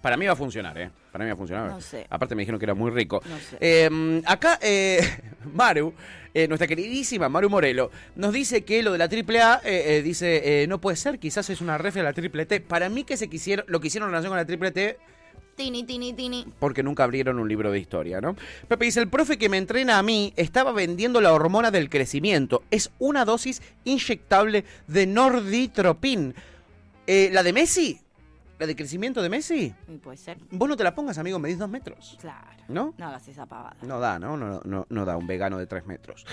[SPEAKER 2] Para mí va a funcionar, ¿eh? Para mí va a funcionar.
[SPEAKER 3] No sé.
[SPEAKER 2] Aparte me dijeron que era muy rico.
[SPEAKER 3] No sé.
[SPEAKER 2] Eh, acá, eh, Maru, eh, nuestra queridísima Maru Morelo, nos dice que lo de la triple A, eh, eh, dice, eh, no puede ser, quizás es una ref de la triple T. Para mí que se quisieron, lo que hicieron en relación con la triple T,
[SPEAKER 3] Tini, tini, tini.
[SPEAKER 2] porque nunca abrieron un libro de historia, ¿no? Pepe dice, el profe que me entrena a mí estaba vendiendo la hormona del crecimiento. Es una dosis inyectable de norditropin. Eh, ¿La de Messi? ¿La de crecimiento de Messi?
[SPEAKER 3] Y puede ser.
[SPEAKER 2] Vos no te la pongas, amigo, medís dos metros.
[SPEAKER 3] Claro.
[SPEAKER 2] ¿No?
[SPEAKER 3] No hagas esa pavada.
[SPEAKER 2] No da, ¿no? No, no, no da un vegano de tres metros.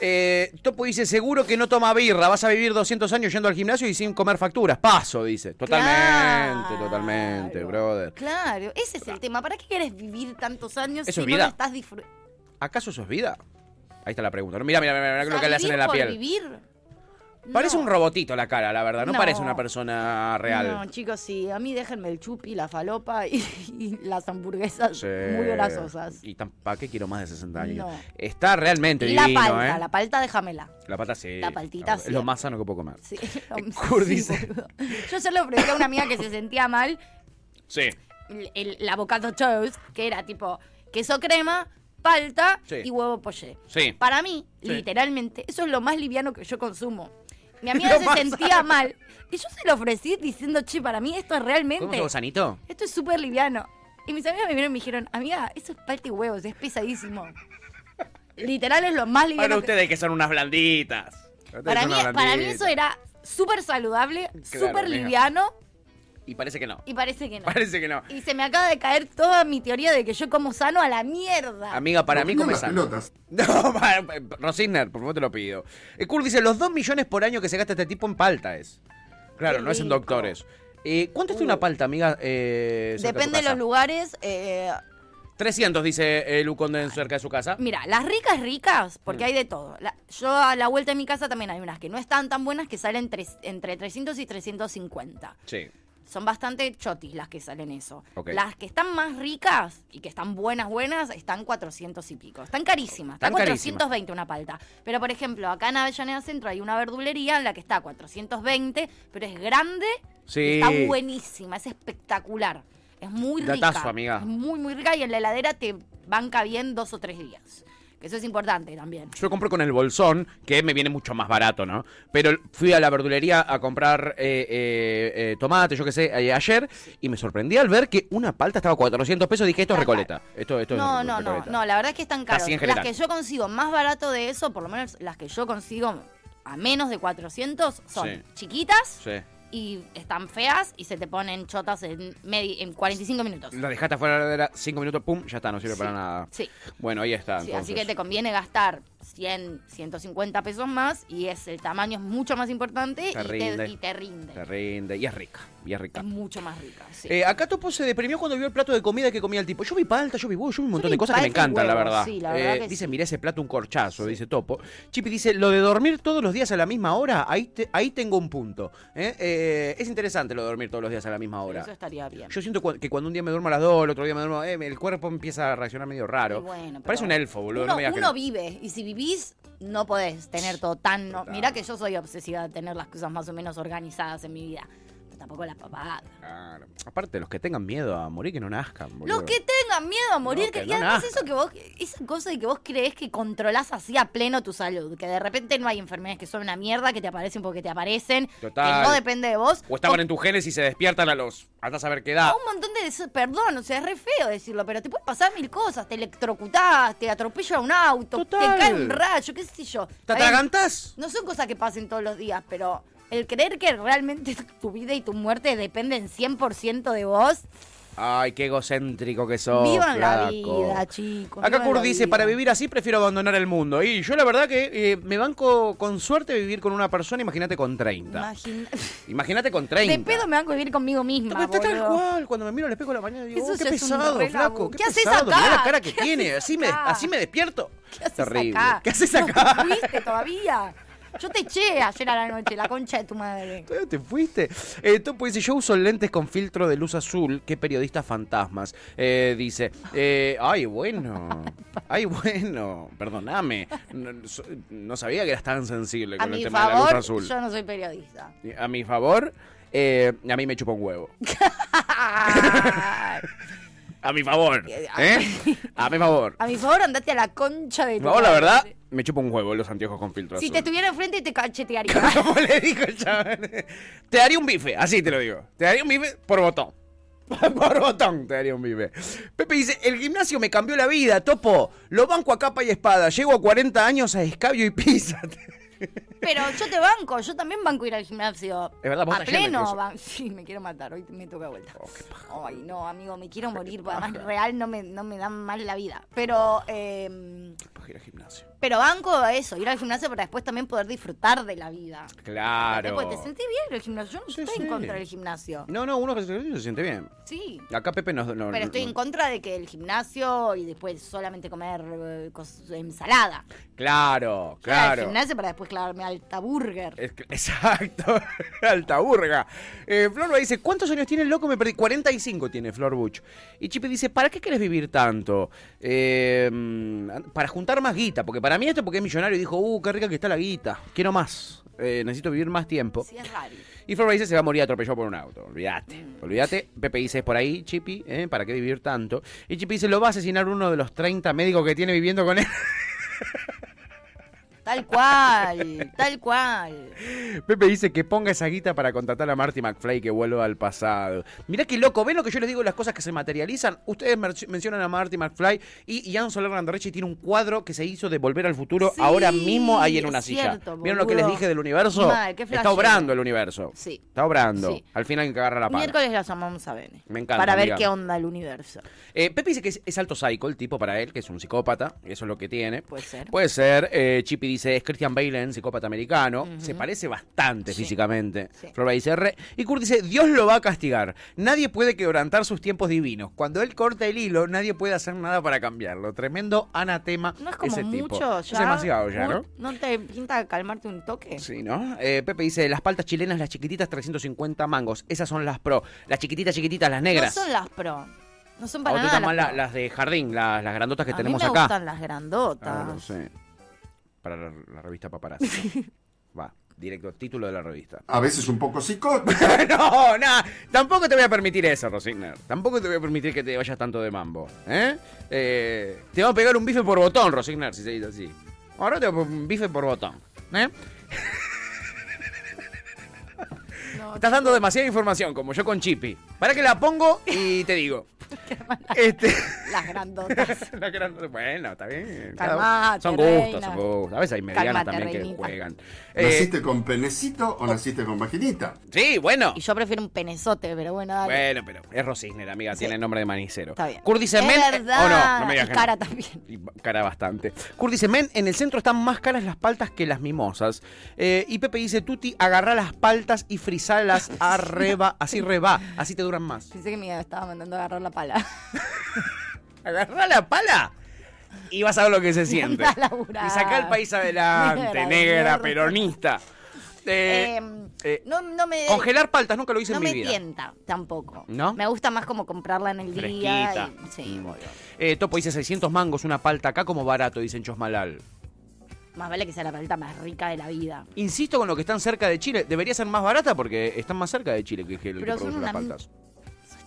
[SPEAKER 2] Eh, Topo dice, seguro que no toma birra, vas a vivir 200 años yendo al gimnasio y sin comer facturas. Paso, dice. Totalmente,
[SPEAKER 3] Claro.
[SPEAKER 2] totalmente, brother.
[SPEAKER 3] Claro, ese es el tema. ¿Para qué quieres vivir tantos años
[SPEAKER 2] Eso es
[SPEAKER 3] si
[SPEAKER 2] vida.
[SPEAKER 3] no lo estás disfrutando?
[SPEAKER 2] ¿Acaso eso es vida? Ahí está la pregunta. ¿no? Mira, mira, mira lo que le hacen en la
[SPEAKER 3] por
[SPEAKER 2] piel.
[SPEAKER 3] vivir?
[SPEAKER 2] Parece
[SPEAKER 3] No.
[SPEAKER 2] un robotito la cara, la verdad. No,
[SPEAKER 3] No.
[SPEAKER 2] parece una persona
[SPEAKER 3] No,
[SPEAKER 2] real.
[SPEAKER 3] chicos, sí. A mí déjenme el chupi, la falopa y, y las hamburguesas muy grasosas.
[SPEAKER 2] Y tampoco qué quiero más de 60 años.
[SPEAKER 3] No.
[SPEAKER 2] Está realmente
[SPEAKER 3] Y la
[SPEAKER 2] divino,
[SPEAKER 3] palta,
[SPEAKER 2] ¿eh?
[SPEAKER 3] la palta déjamela.
[SPEAKER 2] La pata sí.
[SPEAKER 3] La paltita
[SPEAKER 2] Es
[SPEAKER 3] sí.
[SPEAKER 2] lo más sano que puedo comer.
[SPEAKER 3] Sí, no,
[SPEAKER 2] Kurt
[SPEAKER 3] sí,
[SPEAKER 2] dice-
[SPEAKER 3] boludo. Yo se lo pregunté a una amiga que se sentía mal,
[SPEAKER 2] Sí.
[SPEAKER 3] el, el- la bocado toast, que era tipo queso crema, palta
[SPEAKER 2] Sí.
[SPEAKER 3] y huevo poché.
[SPEAKER 2] Sí.
[SPEAKER 3] Para mí,
[SPEAKER 2] Sí.
[SPEAKER 3] literalmente, eso es lo más liviano que yo consumo. Mi
[SPEAKER 2] Lo
[SPEAKER 3] amiga se
[SPEAKER 2] más
[SPEAKER 3] sentía mal y yo se lo ofrecí diciendo, che, para mí esto es
[SPEAKER 2] ¿Cómo
[SPEAKER 3] realmente,
[SPEAKER 2] algo sanito?
[SPEAKER 3] esto es súper liviano. Y mis amigas me vieron y me dijeron, amiga, eso es palta y huevos, es pesadísimo. Literal es lo más liviano
[SPEAKER 2] Para
[SPEAKER 3] que-
[SPEAKER 2] ustedes que son unas blanditas. Ustedes
[SPEAKER 3] para
[SPEAKER 2] son
[SPEAKER 3] mí,
[SPEAKER 2] unas
[SPEAKER 3] para mí
[SPEAKER 2] blanditas.
[SPEAKER 3] eso era súper saludable, súper
[SPEAKER 2] mira.
[SPEAKER 3] liviano
[SPEAKER 2] Y parece que no.
[SPEAKER 3] Y parece que no.
[SPEAKER 2] Parece que no.
[SPEAKER 3] Y se me acaba de caer toda mi teoría de que yo como sano a la mierda.
[SPEAKER 2] Amiga, para mí
[SPEAKER 12] Comiendo
[SPEAKER 2] come
[SPEAKER 12] las
[SPEAKER 2] sano.
[SPEAKER 12] pelotas.
[SPEAKER 2] No, para- Rosisner, por favor te lo pido. Eh, Kurt dice, los 2 millones por año que se gasta este tipo en palta es. Claro,
[SPEAKER 3] Qué
[SPEAKER 2] no es en
[SPEAKER 3] rico.
[SPEAKER 2] doctores. Eh, ¿Cuánto está una palta, amiga? eh, cerca
[SPEAKER 3] Depende de
[SPEAKER 2] tu casa?
[SPEAKER 3] los lugares. eh,
[SPEAKER 2] 300, dice eh, Lu Condén cerca de su casa.
[SPEAKER 3] mira, las ricas, ricas,
[SPEAKER 2] Mm.
[SPEAKER 3] porque hay de todo. La- yo a la vuelta de mi casa también hay unas que no están tan buenas que salen tres- entre 300 y 350.
[SPEAKER 2] Sí.
[SPEAKER 3] Son bastante chotis las que salen eso.
[SPEAKER 2] Ok.
[SPEAKER 3] Las que están más ricas y que están buenas, buenas, están 400 y pico. Están carísimas. Está
[SPEAKER 2] Están carísimas.
[SPEAKER 3] 420 una palta. Pero, por ejemplo, acá en Avellaneda Centro hay una verdulería en la que está 420, pero es grande
[SPEAKER 2] Sí.
[SPEAKER 3] y está buenísima. Es espectacular. Es muy rica.
[SPEAKER 2] Datazo, amiga.
[SPEAKER 3] Es muy, muy rica y en la heladera te banca bien dos o tres días. Que eso es importante también.
[SPEAKER 2] Yo compro con el bolsón, que me viene mucho más barato, ¿no? Pero fui a la verdulería a comprar eh, eh, eh, tomate, yo qué sé, eh, ayer, y me sorprendí al ver que una palta estaba a 400 pesos. Dije, esto es recoleta. Esto, esto
[SPEAKER 3] No,
[SPEAKER 2] es
[SPEAKER 3] no, no,
[SPEAKER 2] Recoleta.
[SPEAKER 3] no, la verdad es que están caros.
[SPEAKER 2] Así en
[SPEAKER 3] las
[SPEAKER 2] general.
[SPEAKER 3] que yo consigo más barato de eso, por lo menos las que yo consigo a menos de 400, son
[SPEAKER 2] Sí.
[SPEAKER 3] chiquitas
[SPEAKER 2] Sí.
[SPEAKER 3] y están feas y se te ponen chotas en, medi- en 45 minutos.
[SPEAKER 2] La dejaste afuera de la heladera, 5 minutos, pum, ya está, no sirve
[SPEAKER 3] Sí,
[SPEAKER 2] para nada.
[SPEAKER 3] sí.
[SPEAKER 2] Bueno, ahí está.
[SPEAKER 3] Sí,
[SPEAKER 2] Ah, entonces.
[SPEAKER 3] así que te conviene gastar 100, 150 pesos más y es el tamaño es mucho más importante y
[SPEAKER 2] Te
[SPEAKER 3] te,
[SPEAKER 2] rinde.
[SPEAKER 3] y te rinde.
[SPEAKER 2] Te rinde, y es rica, y es rica.
[SPEAKER 3] Es mucho más rica. sí.
[SPEAKER 2] Eh, acá Topo se deprimió cuando vio el plato de comida que comía el tipo. Yo vi palta, yo vi huevo, yo vi un montón
[SPEAKER 3] vi
[SPEAKER 2] de cosas que me
[SPEAKER 3] palta y
[SPEAKER 2] encantan, la
[SPEAKER 3] huevo,
[SPEAKER 2] verdad. Eh,
[SPEAKER 3] sí, la verdad que
[SPEAKER 2] dice, mirá ese plato un corchazo, dice Topo. Chipi dice, lo de dormir todos los días a la misma hora, ahí, te- ahí tengo un punto. ¿eh? Eh, es interesante lo de dormir todos los días a la misma hora.
[SPEAKER 3] Eso estaría bien.
[SPEAKER 2] Yo siento cua- que cuando un día me duermo a las dos, el otro día me duermo, eh, el cuerpo empieza a reaccionar medio raro.
[SPEAKER 3] Y bueno, pero-
[SPEAKER 2] Parece un elfo, boludo.
[SPEAKER 3] uno
[SPEAKER 2] no me digas que
[SPEAKER 3] uno
[SPEAKER 2] no.
[SPEAKER 3] vive y si vivís no podés tener todo tan... no- Mirá que yo soy obsesiva de tener las cosas más o menos organizadas en mi vida. Pero tampoco las papadas.
[SPEAKER 2] Claro. Aparte, los que tengan miedo a morir, que no nazcan, boludo.
[SPEAKER 3] Los que tengan miedo a morir,
[SPEAKER 2] No,
[SPEAKER 3] que,
[SPEAKER 2] que
[SPEAKER 3] y
[SPEAKER 2] no
[SPEAKER 3] además
[SPEAKER 2] nazcan.
[SPEAKER 3] eso que vos, esa cosa de que vos crees que controlás así a pleno tu salud, que de repente no hay enfermedades que son una mierda, que te aparecen porque te aparecen,
[SPEAKER 2] Total.
[SPEAKER 3] que no depende de vos.
[SPEAKER 2] O estaban en tu genes y se despiertan a los... Hasta saber qué edad.
[SPEAKER 3] O un montón de des- perdón, o sea, es re feo decirlo, pero te puede pasar mil cosas, te electrocutás, te atropella un auto,
[SPEAKER 2] Total.
[SPEAKER 3] te cae un rayo, qué sé yo.
[SPEAKER 2] ¿Te
[SPEAKER 3] Está bien,
[SPEAKER 2] atragantás?
[SPEAKER 3] No son cosas que pasen todos los días, pero el creer que realmente tu vida y tu muerte dependen 100% de vos,
[SPEAKER 2] Ay, qué egocéntrico que sos.
[SPEAKER 3] vivan la
[SPEAKER 2] flaco.
[SPEAKER 3] vida, chicos.
[SPEAKER 2] Acá
[SPEAKER 3] vivan
[SPEAKER 2] Kurt
[SPEAKER 3] la
[SPEAKER 2] dice,
[SPEAKER 3] vida.
[SPEAKER 2] para vivir así prefiero abandonar el mundo. Y yo la verdad que eh, me banco con suerte vivir con una persona, imagínate con 30.
[SPEAKER 3] Imagina-
[SPEAKER 2] Imagínate con
[SPEAKER 3] De
[SPEAKER 2] 30.
[SPEAKER 3] pedo me van a vivir conmigo misma.
[SPEAKER 2] Pero está tal
[SPEAKER 3] boludo.
[SPEAKER 2] cual, cuando me miro al espejo de la mañana digo,
[SPEAKER 3] Eso
[SPEAKER 2] "Oh, qué
[SPEAKER 3] ya es un
[SPEAKER 2] pesado,
[SPEAKER 3] re
[SPEAKER 2] flaco,
[SPEAKER 3] laburo.
[SPEAKER 2] qué,
[SPEAKER 3] ¿Qué haces
[SPEAKER 2] pesado, mirá
[SPEAKER 3] acá?
[SPEAKER 2] la cara que
[SPEAKER 3] ¿Qué
[SPEAKER 2] tiene,
[SPEAKER 3] haces
[SPEAKER 2] así me,
[SPEAKER 3] acá?
[SPEAKER 2] así me despierto.
[SPEAKER 3] ¿Qué haces
[SPEAKER 2] Terrible.
[SPEAKER 3] acá?
[SPEAKER 2] ¿Qué haces
[SPEAKER 3] No,
[SPEAKER 2] acá?
[SPEAKER 3] ¿te fuiste todavía? Yo te eché ayer a la noche, la concha de tu madre.
[SPEAKER 2] Todavía te fuiste. Eh, Topo dice, yo uso lentes con filtro de luz azul. Qué periodistas fantasmas. Eh, dice, eh, ay, bueno. Ay, bueno. Perdóname. No, so- no sabía que eras tan sensible
[SPEAKER 3] A
[SPEAKER 2] con el
[SPEAKER 3] mi
[SPEAKER 2] tema de la luz
[SPEAKER 3] favor,
[SPEAKER 2] azul.
[SPEAKER 3] yo no soy periodista.
[SPEAKER 2] A mi favor, eh, a mí me chupa un huevo. A mi favor. ¿eh? A mi favor.
[SPEAKER 3] A mi favor, andate a la concha de
[SPEAKER 2] A mi
[SPEAKER 3] tu
[SPEAKER 2] favor, la
[SPEAKER 3] madre.
[SPEAKER 2] verdad, me chupa un huevo los anteojos con filtro
[SPEAKER 3] Si
[SPEAKER 2] azul.
[SPEAKER 3] te estuviera enfrente te cachetearía.
[SPEAKER 2] Como le dijo el chaval. Te daría un bife, así te lo digo. Te daría un bife por botón. Por botón te daría un bife. Pepe dice, el gimnasio me cambió la vida, topo. Lo banco a capa y espada. Llego a 40 años a escabio y pizza.
[SPEAKER 3] Pero yo te banco, yo también banco ir al gimnasio.
[SPEAKER 2] Es verdad, vos
[SPEAKER 3] A
[SPEAKER 2] estás yendo
[SPEAKER 3] pleno.
[SPEAKER 2] incluso. Oh,
[SPEAKER 3] ban- Sí, me quiero matar, hoy me toca vuelta. Ay, no, amigo, me quiero morir, porque además real no me, no me dan mal la vida. Pero... Eh,
[SPEAKER 2] Ir al gimnasio.
[SPEAKER 3] Pero banco a eso, ir al gimnasio para después también poder disfrutar de la vida.
[SPEAKER 2] Claro.
[SPEAKER 3] Porque te sentís bien en el gimnasio. Yo no estoy
[SPEAKER 2] sí.
[SPEAKER 3] en contra del gimnasio.
[SPEAKER 2] No, no, uno que se ejercicio se siente bien.
[SPEAKER 3] Sí.
[SPEAKER 2] Acá Pepe nos... no-
[SPEAKER 3] Pero estoy en contra de que el gimnasio y después solamente comer eh, cos- ensalada.
[SPEAKER 2] Claro,
[SPEAKER 3] Yo era al
[SPEAKER 2] claro. Eh,
[SPEAKER 3] gimnasio para después clavarme alta burger.
[SPEAKER 2] Es que- Exacto, alta burga. Eh, Flor me dice, ¿cuántos años tiene el loco? Me perdí. 45 tiene Flor Buch. Y Chipi dice, ¿para qué querés vivir tanto? Eh, mm, para juntar más guita, porque para mí esto porque es millonario y dijo, uh, qué rica que está la guita, quiero más, Eh, necesito vivir más tiempo.
[SPEAKER 3] Sí, es raro.
[SPEAKER 2] Y Flor me dice, se va a morir atropellado por un auto, olvídate, olvídate. Pepe dice, es por ahí, Chipi, ¿eh? ¿para qué vivir tanto? Y Chipi dice, lo va a asesinar uno de los 30 médicos que tiene viviendo con él.
[SPEAKER 3] Tal cual, tal cual.
[SPEAKER 2] Pepe dice que ponga esa guita para contratar a Marty McFly que vuelva al pasado. Mirá qué loco, ¿ven lo que yo les digo? Las cosas que se materializan. Ustedes mer- mencionan a Marty McFly y Ian Soler Landerreche tiene un cuadro que se hizo de Volver al Futuro
[SPEAKER 3] Sí,
[SPEAKER 2] ahora mismo ahí en una
[SPEAKER 3] es
[SPEAKER 2] silla.
[SPEAKER 3] cierto,
[SPEAKER 2] ¿Vieron lo que les
[SPEAKER 3] boludo.
[SPEAKER 2] dije del universo?
[SPEAKER 3] Mal, qué
[SPEAKER 2] Está
[SPEAKER 3] flashero.
[SPEAKER 2] obrando el universo.
[SPEAKER 3] Sí.
[SPEAKER 2] Está obrando.
[SPEAKER 3] Sí.
[SPEAKER 2] Al final hay que agarrar la pala.
[SPEAKER 3] Miércoles la llamamos a Bene.
[SPEAKER 2] Me encanta,
[SPEAKER 3] Para ver
[SPEAKER 2] amiga.
[SPEAKER 3] qué onda el universo.
[SPEAKER 2] Eh, Pepe dice que es, es alto psycho el tipo para él, que es un psicópata, eso es lo que tiene. Puede
[SPEAKER 3] ser.
[SPEAKER 2] Puede ser. eh, Chippy dice, es Christian Bale en psicópata americano. Se parece bastante físicamente. Flora dice R. Y Kurt dice, Dios lo va a castigar. Nadie puede quebrantar sus tiempos divinos. Cuando él corta el hilo, nadie puede hacer nada para cambiarlo. Tremendo anatema
[SPEAKER 3] No es como
[SPEAKER 2] ese tipo.
[SPEAKER 3] mucho ya.
[SPEAKER 2] Es demasiado ya, ¿no?
[SPEAKER 3] Kurt, te pinta calmarte un toque?
[SPEAKER 2] Sí, ¿no? Eh, Pepe dice, las paltas chilenas, las chiquititas, 350 mangos. Esas son las pro. Las chiquititas, chiquititas, las negras.
[SPEAKER 3] No son las pro. No son
[SPEAKER 2] A
[SPEAKER 3] para
[SPEAKER 2] vos te
[SPEAKER 3] nada.
[SPEAKER 2] llaman
[SPEAKER 3] las
[SPEAKER 2] la-
[SPEAKER 3] pro.
[SPEAKER 2] las de jardín, las, las grandotas que
[SPEAKER 3] a
[SPEAKER 2] tenemos
[SPEAKER 3] mí me
[SPEAKER 2] acá.
[SPEAKER 3] gustan las grandotas.
[SPEAKER 2] Ah, no sé. Para la, la revista Paparazzi. Va, directo, título de la revista.
[SPEAKER 12] A veces un poco psicótico.
[SPEAKER 2] no, nada. Tampoco te voy a permitir eso, Rosigner. Tampoco te voy a permitir que te vayas tanto de mambo. ¿eh? Eh, te va a pegar un bife por botón, Rosigner, si se dice así. Ahora te va a pegar un bife por botón. ¿eh? Estás dando demasiada información, como yo con Chippy. Para que la pongo y te digo. este...
[SPEAKER 3] Las grandotas.
[SPEAKER 2] La gran- Bueno, está bien.
[SPEAKER 3] Calmate,
[SPEAKER 2] son gustos,
[SPEAKER 3] reina.
[SPEAKER 2] son gustos. A veces hay medianas
[SPEAKER 3] Calmate,
[SPEAKER 2] también que
[SPEAKER 3] reinita.
[SPEAKER 2] juegan. Eh,
[SPEAKER 12] ¿Naciste con penecito o naciste con vaginita?
[SPEAKER 2] sí, bueno.
[SPEAKER 3] Y yo prefiero un penezote, pero bueno, dale.
[SPEAKER 2] Bueno, pero es Rosisner, amiga, tiene nombre de manicero.
[SPEAKER 3] Está bien.
[SPEAKER 2] Curdi
[SPEAKER 3] Es
[SPEAKER 2] Semen. eh,
[SPEAKER 3] verdad.
[SPEAKER 2] o no, no me digas
[SPEAKER 3] Y
[SPEAKER 2] que no.
[SPEAKER 3] cara también.
[SPEAKER 2] Y ba- cara bastante. Kurt dice, men, en el centro están más caras las paltas que las mimosas. Eh, y Pepe dice, Tuti, agarrá las paltas y frizalas arriba, así reba, así te duran más.
[SPEAKER 3] Pensé que me estaba mandando a agarrar la pala.
[SPEAKER 2] Agarrá la pala y vas a ver lo que se siente.
[SPEAKER 3] Anda a laburar.
[SPEAKER 2] Y saca el país adelante,
[SPEAKER 3] Negra,
[SPEAKER 2] negra,
[SPEAKER 3] mierda.
[SPEAKER 2] peronista. Eh,
[SPEAKER 3] Em,
[SPEAKER 2] eh,
[SPEAKER 3] no, no me.
[SPEAKER 2] congelar paltas, nunca lo hice
[SPEAKER 3] no
[SPEAKER 2] en mi
[SPEAKER 3] me
[SPEAKER 2] vida.
[SPEAKER 3] tienta tampoco.
[SPEAKER 2] ¿No?
[SPEAKER 3] Me gusta más como comprarla en el día.
[SPEAKER 2] Fresquita.
[SPEAKER 3] y- sí,
[SPEAKER 2] Eh, Topo dice 600 mangos, una palta acá como barato, dicen Chosmalal.
[SPEAKER 3] más vale que sea la paleta más rica de la vida.
[SPEAKER 2] Insisto con lo que están cerca de Chile. Debería ser más barata porque están más cerca de Chile que el que
[SPEAKER 3] Pero son
[SPEAKER 2] produce las
[SPEAKER 3] una
[SPEAKER 2] paltas.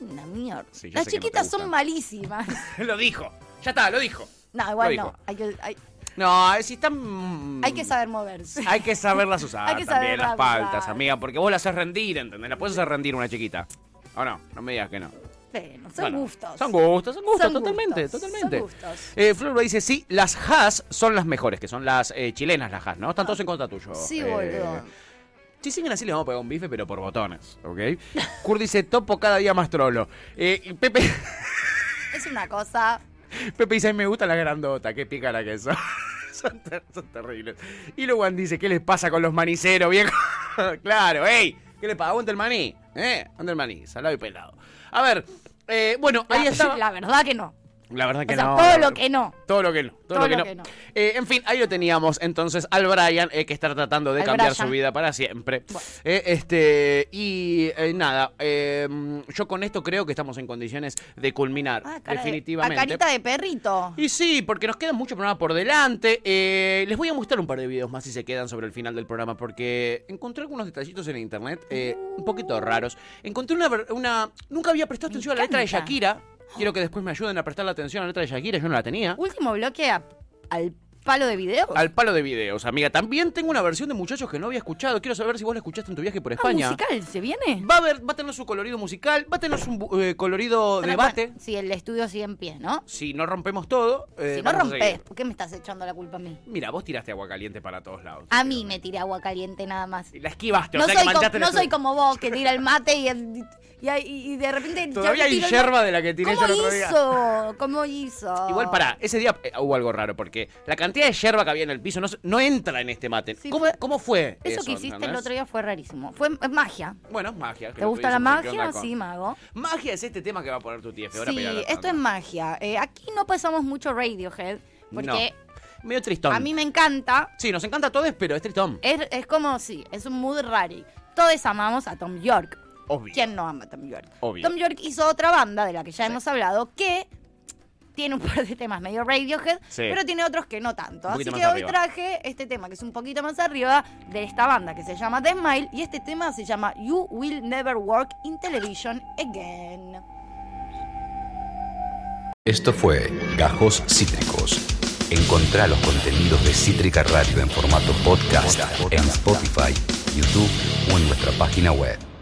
[SPEAKER 3] Una mierda.
[SPEAKER 2] Sí, ya
[SPEAKER 3] Las
[SPEAKER 2] sé que no te
[SPEAKER 3] chiquitas son
[SPEAKER 2] gustan.
[SPEAKER 3] malísimas.
[SPEAKER 2] lo dijo. Ya está, lo dijo.
[SPEAKER 3] No, igual
[SPEAKER 2] Lo
[SPEAKER 3] no.
[SPEAKER 2] dijo. Mm.
[SPEAKER 3] Hay que, hay,
[SPEAKER 2] No, eh, si están...
[SPEAKER 3] hay que saber moverse.
[SPEAKER 2] Hay que saberlas usar
[SPEAKER 3] Hay que
[SPEAKER 2] también, las
[SPEAKER 3] saberlas
[SPEAKER 2] paltas,
[SPEAKER 3] usar.
[SPEAKER 2] amiga, porque vos las haces rendir, ¿entendés? La puedes hacer rendir una chiquita. ¿O no? No me digas que no.
[SPEAKER 3] Bueno, son
[SPEAKER 2] Bueno,
[SPEAKER 3] gustos.
[SPEAKER 2] Son gustos, son gustos,
[SPEAKER 3] Son
[SPEAKER 2] totalmente,
[SPEAKER 3] gustos,
[SPEAKER 2] totalmente.
[SPEAKER 3] son gustos.
[SPEAKER 2] Eh, Flor dice, sí, las Haas son las mejores, que son las eh, chilenas las Haas, ¿no? Están todos en contra tuyo.
[SPEAKER 3] Ah, Sí,
[SPEAKER 2] eh,
[SPEAKER 3] boludo.
[SPEAKER 2] Si siguen así les vamos a pegar un bife, pero por botones, ¿ok? Kurt dice, topo cada día más trolo. Eh, y Pepe,
[SPEAKER 3] Es una cosa.
[SPEAKER 2] Pepe dice, "A mí me gusta la grandota, qué pícara que son. son, ter- son terribles. Y Luan dice, ¿qué les pasa con los maniceros, viejo? claro, ey, ¿qué les pasa? ¿Dónde el maní? ¿Eh? ¿Dónde el maní? Salado y pelado. A ver, eh, bueno, ahí
[SPEAKER 3] la,
[SPEAKER 2] estaba...
[SPEAKER 3] Ah, la verdad que no.
[SPEAKER 2] La verdad
[SPEAKER 3] O
[SPEAKER 2] que
[SPEAKER 3] sea,
[SPEAKER 2] no.
[SPEAKER 3] todo lo que no.
[SPEAKER 2] Todo lo que no. Todo, lo que no. Eh, en fin, ahí lo teníamos entonces al Brian, eh, que está tratando de
[SPEAKER 3] Al
[SPEAKER 2] cambiar
[SPEAKER 3] Brian.
[SPEAKER 2] su vida para siempre. Eh, este Y eh, nada, eh, yo con esto creo que estamos en condiciones de culminar
[SPEAKER 3] Ah, Cara de-
[SPEAKER 2] definitivamente.
[SPEAKER 3] a carita de perrito.
[SPEAKER 2] Y sí, porque nos queda mucho programa por delante. Eh, les voy a mostrar un par de videos más si se quedan sobre el final del programa, porque encontré algunos detallitos en internet, eh, un poquito raros. Encontré una, ver- una- Nunca había prestado atención a la letra de
[SPEAKER 3] encanta.
[SPEAKER 2] Shakira. Quiero que después me ayuden a prestar la atención a la letra de Shakira, yo no la tenía.
[SPEAKER 3] Último bloque a- al palo de video.
[SPEAKER 2] Al palo de videos, amiga. También tengo una versión de muchachos que no había escuchado. Quiero saber si vos la escuchaste en tu viaje por
[SPEAKER 3] Ah,
[SPEAKER 2] España.
[SPEAKER 3] musical, ¿se viene?
[SPEAKER 2] Va a, ver, va a tener su colorido musical, va a tener su eh, colorido debate.
[SPEAKER 3] Si el estudio sigue en pie, ¿no?
[SPEAKER 2] Si no rompemos todo. eh,
[SPEAKER 3] si no
[SPEAKER 2] vamos a
[SPEAKER 3] rompes,
[SPEAKER 2] seguir.
[SPEAKER 3] ¿por qué me estás echando la culpa a mí?
[SPEAKER 2] Mira, vos tiraste agua caliente para todos lados.
[SPEAKER 3] A mí me tiré agua caliente nada más.
[SPEAKER 2] La esquivaste,
[SPEAKER 3] Ah. No,
[SPEAKER 2] o sea
[SPEAKER 3] soy,
[SPEAKER 2] que
[SPEAKER 3] com-
[SPEAKER 2] manchaste la
[SPEAKER 3] no soy
[SPEAKER 2] estufa.
[SPEAKER 3] como vos que tira el mate y, el- y, y- y de repente. ya
[SPEAKER 2] Todavía
[SPEAKER 3] me
[SPEAKER 2] hay
[SPEAKER 3] tiro el
[SPEAKER 2] yerba
[SPEAKER 3] mate.
[SPEAKER 2] de la que tiré yo
[SPEAKER 3] ¿Cómo
[SPEAKER 2] el otro día.
[SPEAKER 3] hizo? ¿Cómo hizo?
[SPEAKER 2] Igual, pará, ese día eh, hubo algo raro, porque la cantidad de yerba que había en el piso no, se- no entra en este mate.
[SPEAKER 3] Sí,
[SPEAKER 2] ¿Cómo, cómo fue?
[SPEAKER 3] Eso,
[SPEAKER 2] Eso,
[SPEAKER 3] que hiciste el
[SPEAKER 2] ¿entendés?
[SPEAKER 3] otro día fue rarísimo. Fue es magia.
[SPEAKER 2] Bueno, es magia. que
[SPEAKER 3] ¿Te
[SPEAKER 2] lo
[SPEAKER 3] gusta
[SPEAKER 2] estoy
[SPEAKER 3] la
[SPEAKER 2] diciendo, ¿qué
[SPEAKER 3] magia?
[SPEAKER 2] onda con-
[SPEAKER 3] Sí, mago.
[SPEAKER 2] Magia es este tema que va a poner tu tía Fiora
[SPEAKER 3] Sí,
[SPEAKER 2] Peirano.
[SPEAKER 3] esto es magia. Eh, aquí no pasamos mucho Radiohead, porque
[SPEAKER 2] No. Medio tristón.
[SPEAKER 3] a mí me Eh, encanta.
[SPEAKER 2] Sí, nos encanta a todos, pero es tristón.
[SPEAKER 3] Es, es como, sí, es un mood rari. Todos amamos a Tom York.
[SPEAKER 2] Obvio.
[SPEAKER 3] ¿Quién no ama a Tom York?
[SPEAKER 2] Obvio.
[SPEAKER 3] Tom York hizo otra banda de la que ya hemos hablado que tiene un par de temas medio Radiohead,
[SPEAKER 2] Sí.
[SPEAKER 3] pero tiene otros que no tanto.
[SPEAKER 2] Un
[SPEAKER 3] Así
[SPEAKER 2] poquito
[SPEAKER 3] que
[SPEAKER 2] más
[SPEAKER 3] hoy
[SPEAKER 2] arriba.
[SPEAKER 3] traje este tema que es un poquito más arriba de esta banda que se llama The Smile y este tema se llama You Will Never Work in Television Again.
[SPEAKER 1] Esto fue Gajos Cítricos. Encontrá los contenidos de Cítrica Radio en formato podcast en Spotify, YouTube o en nuestra página web.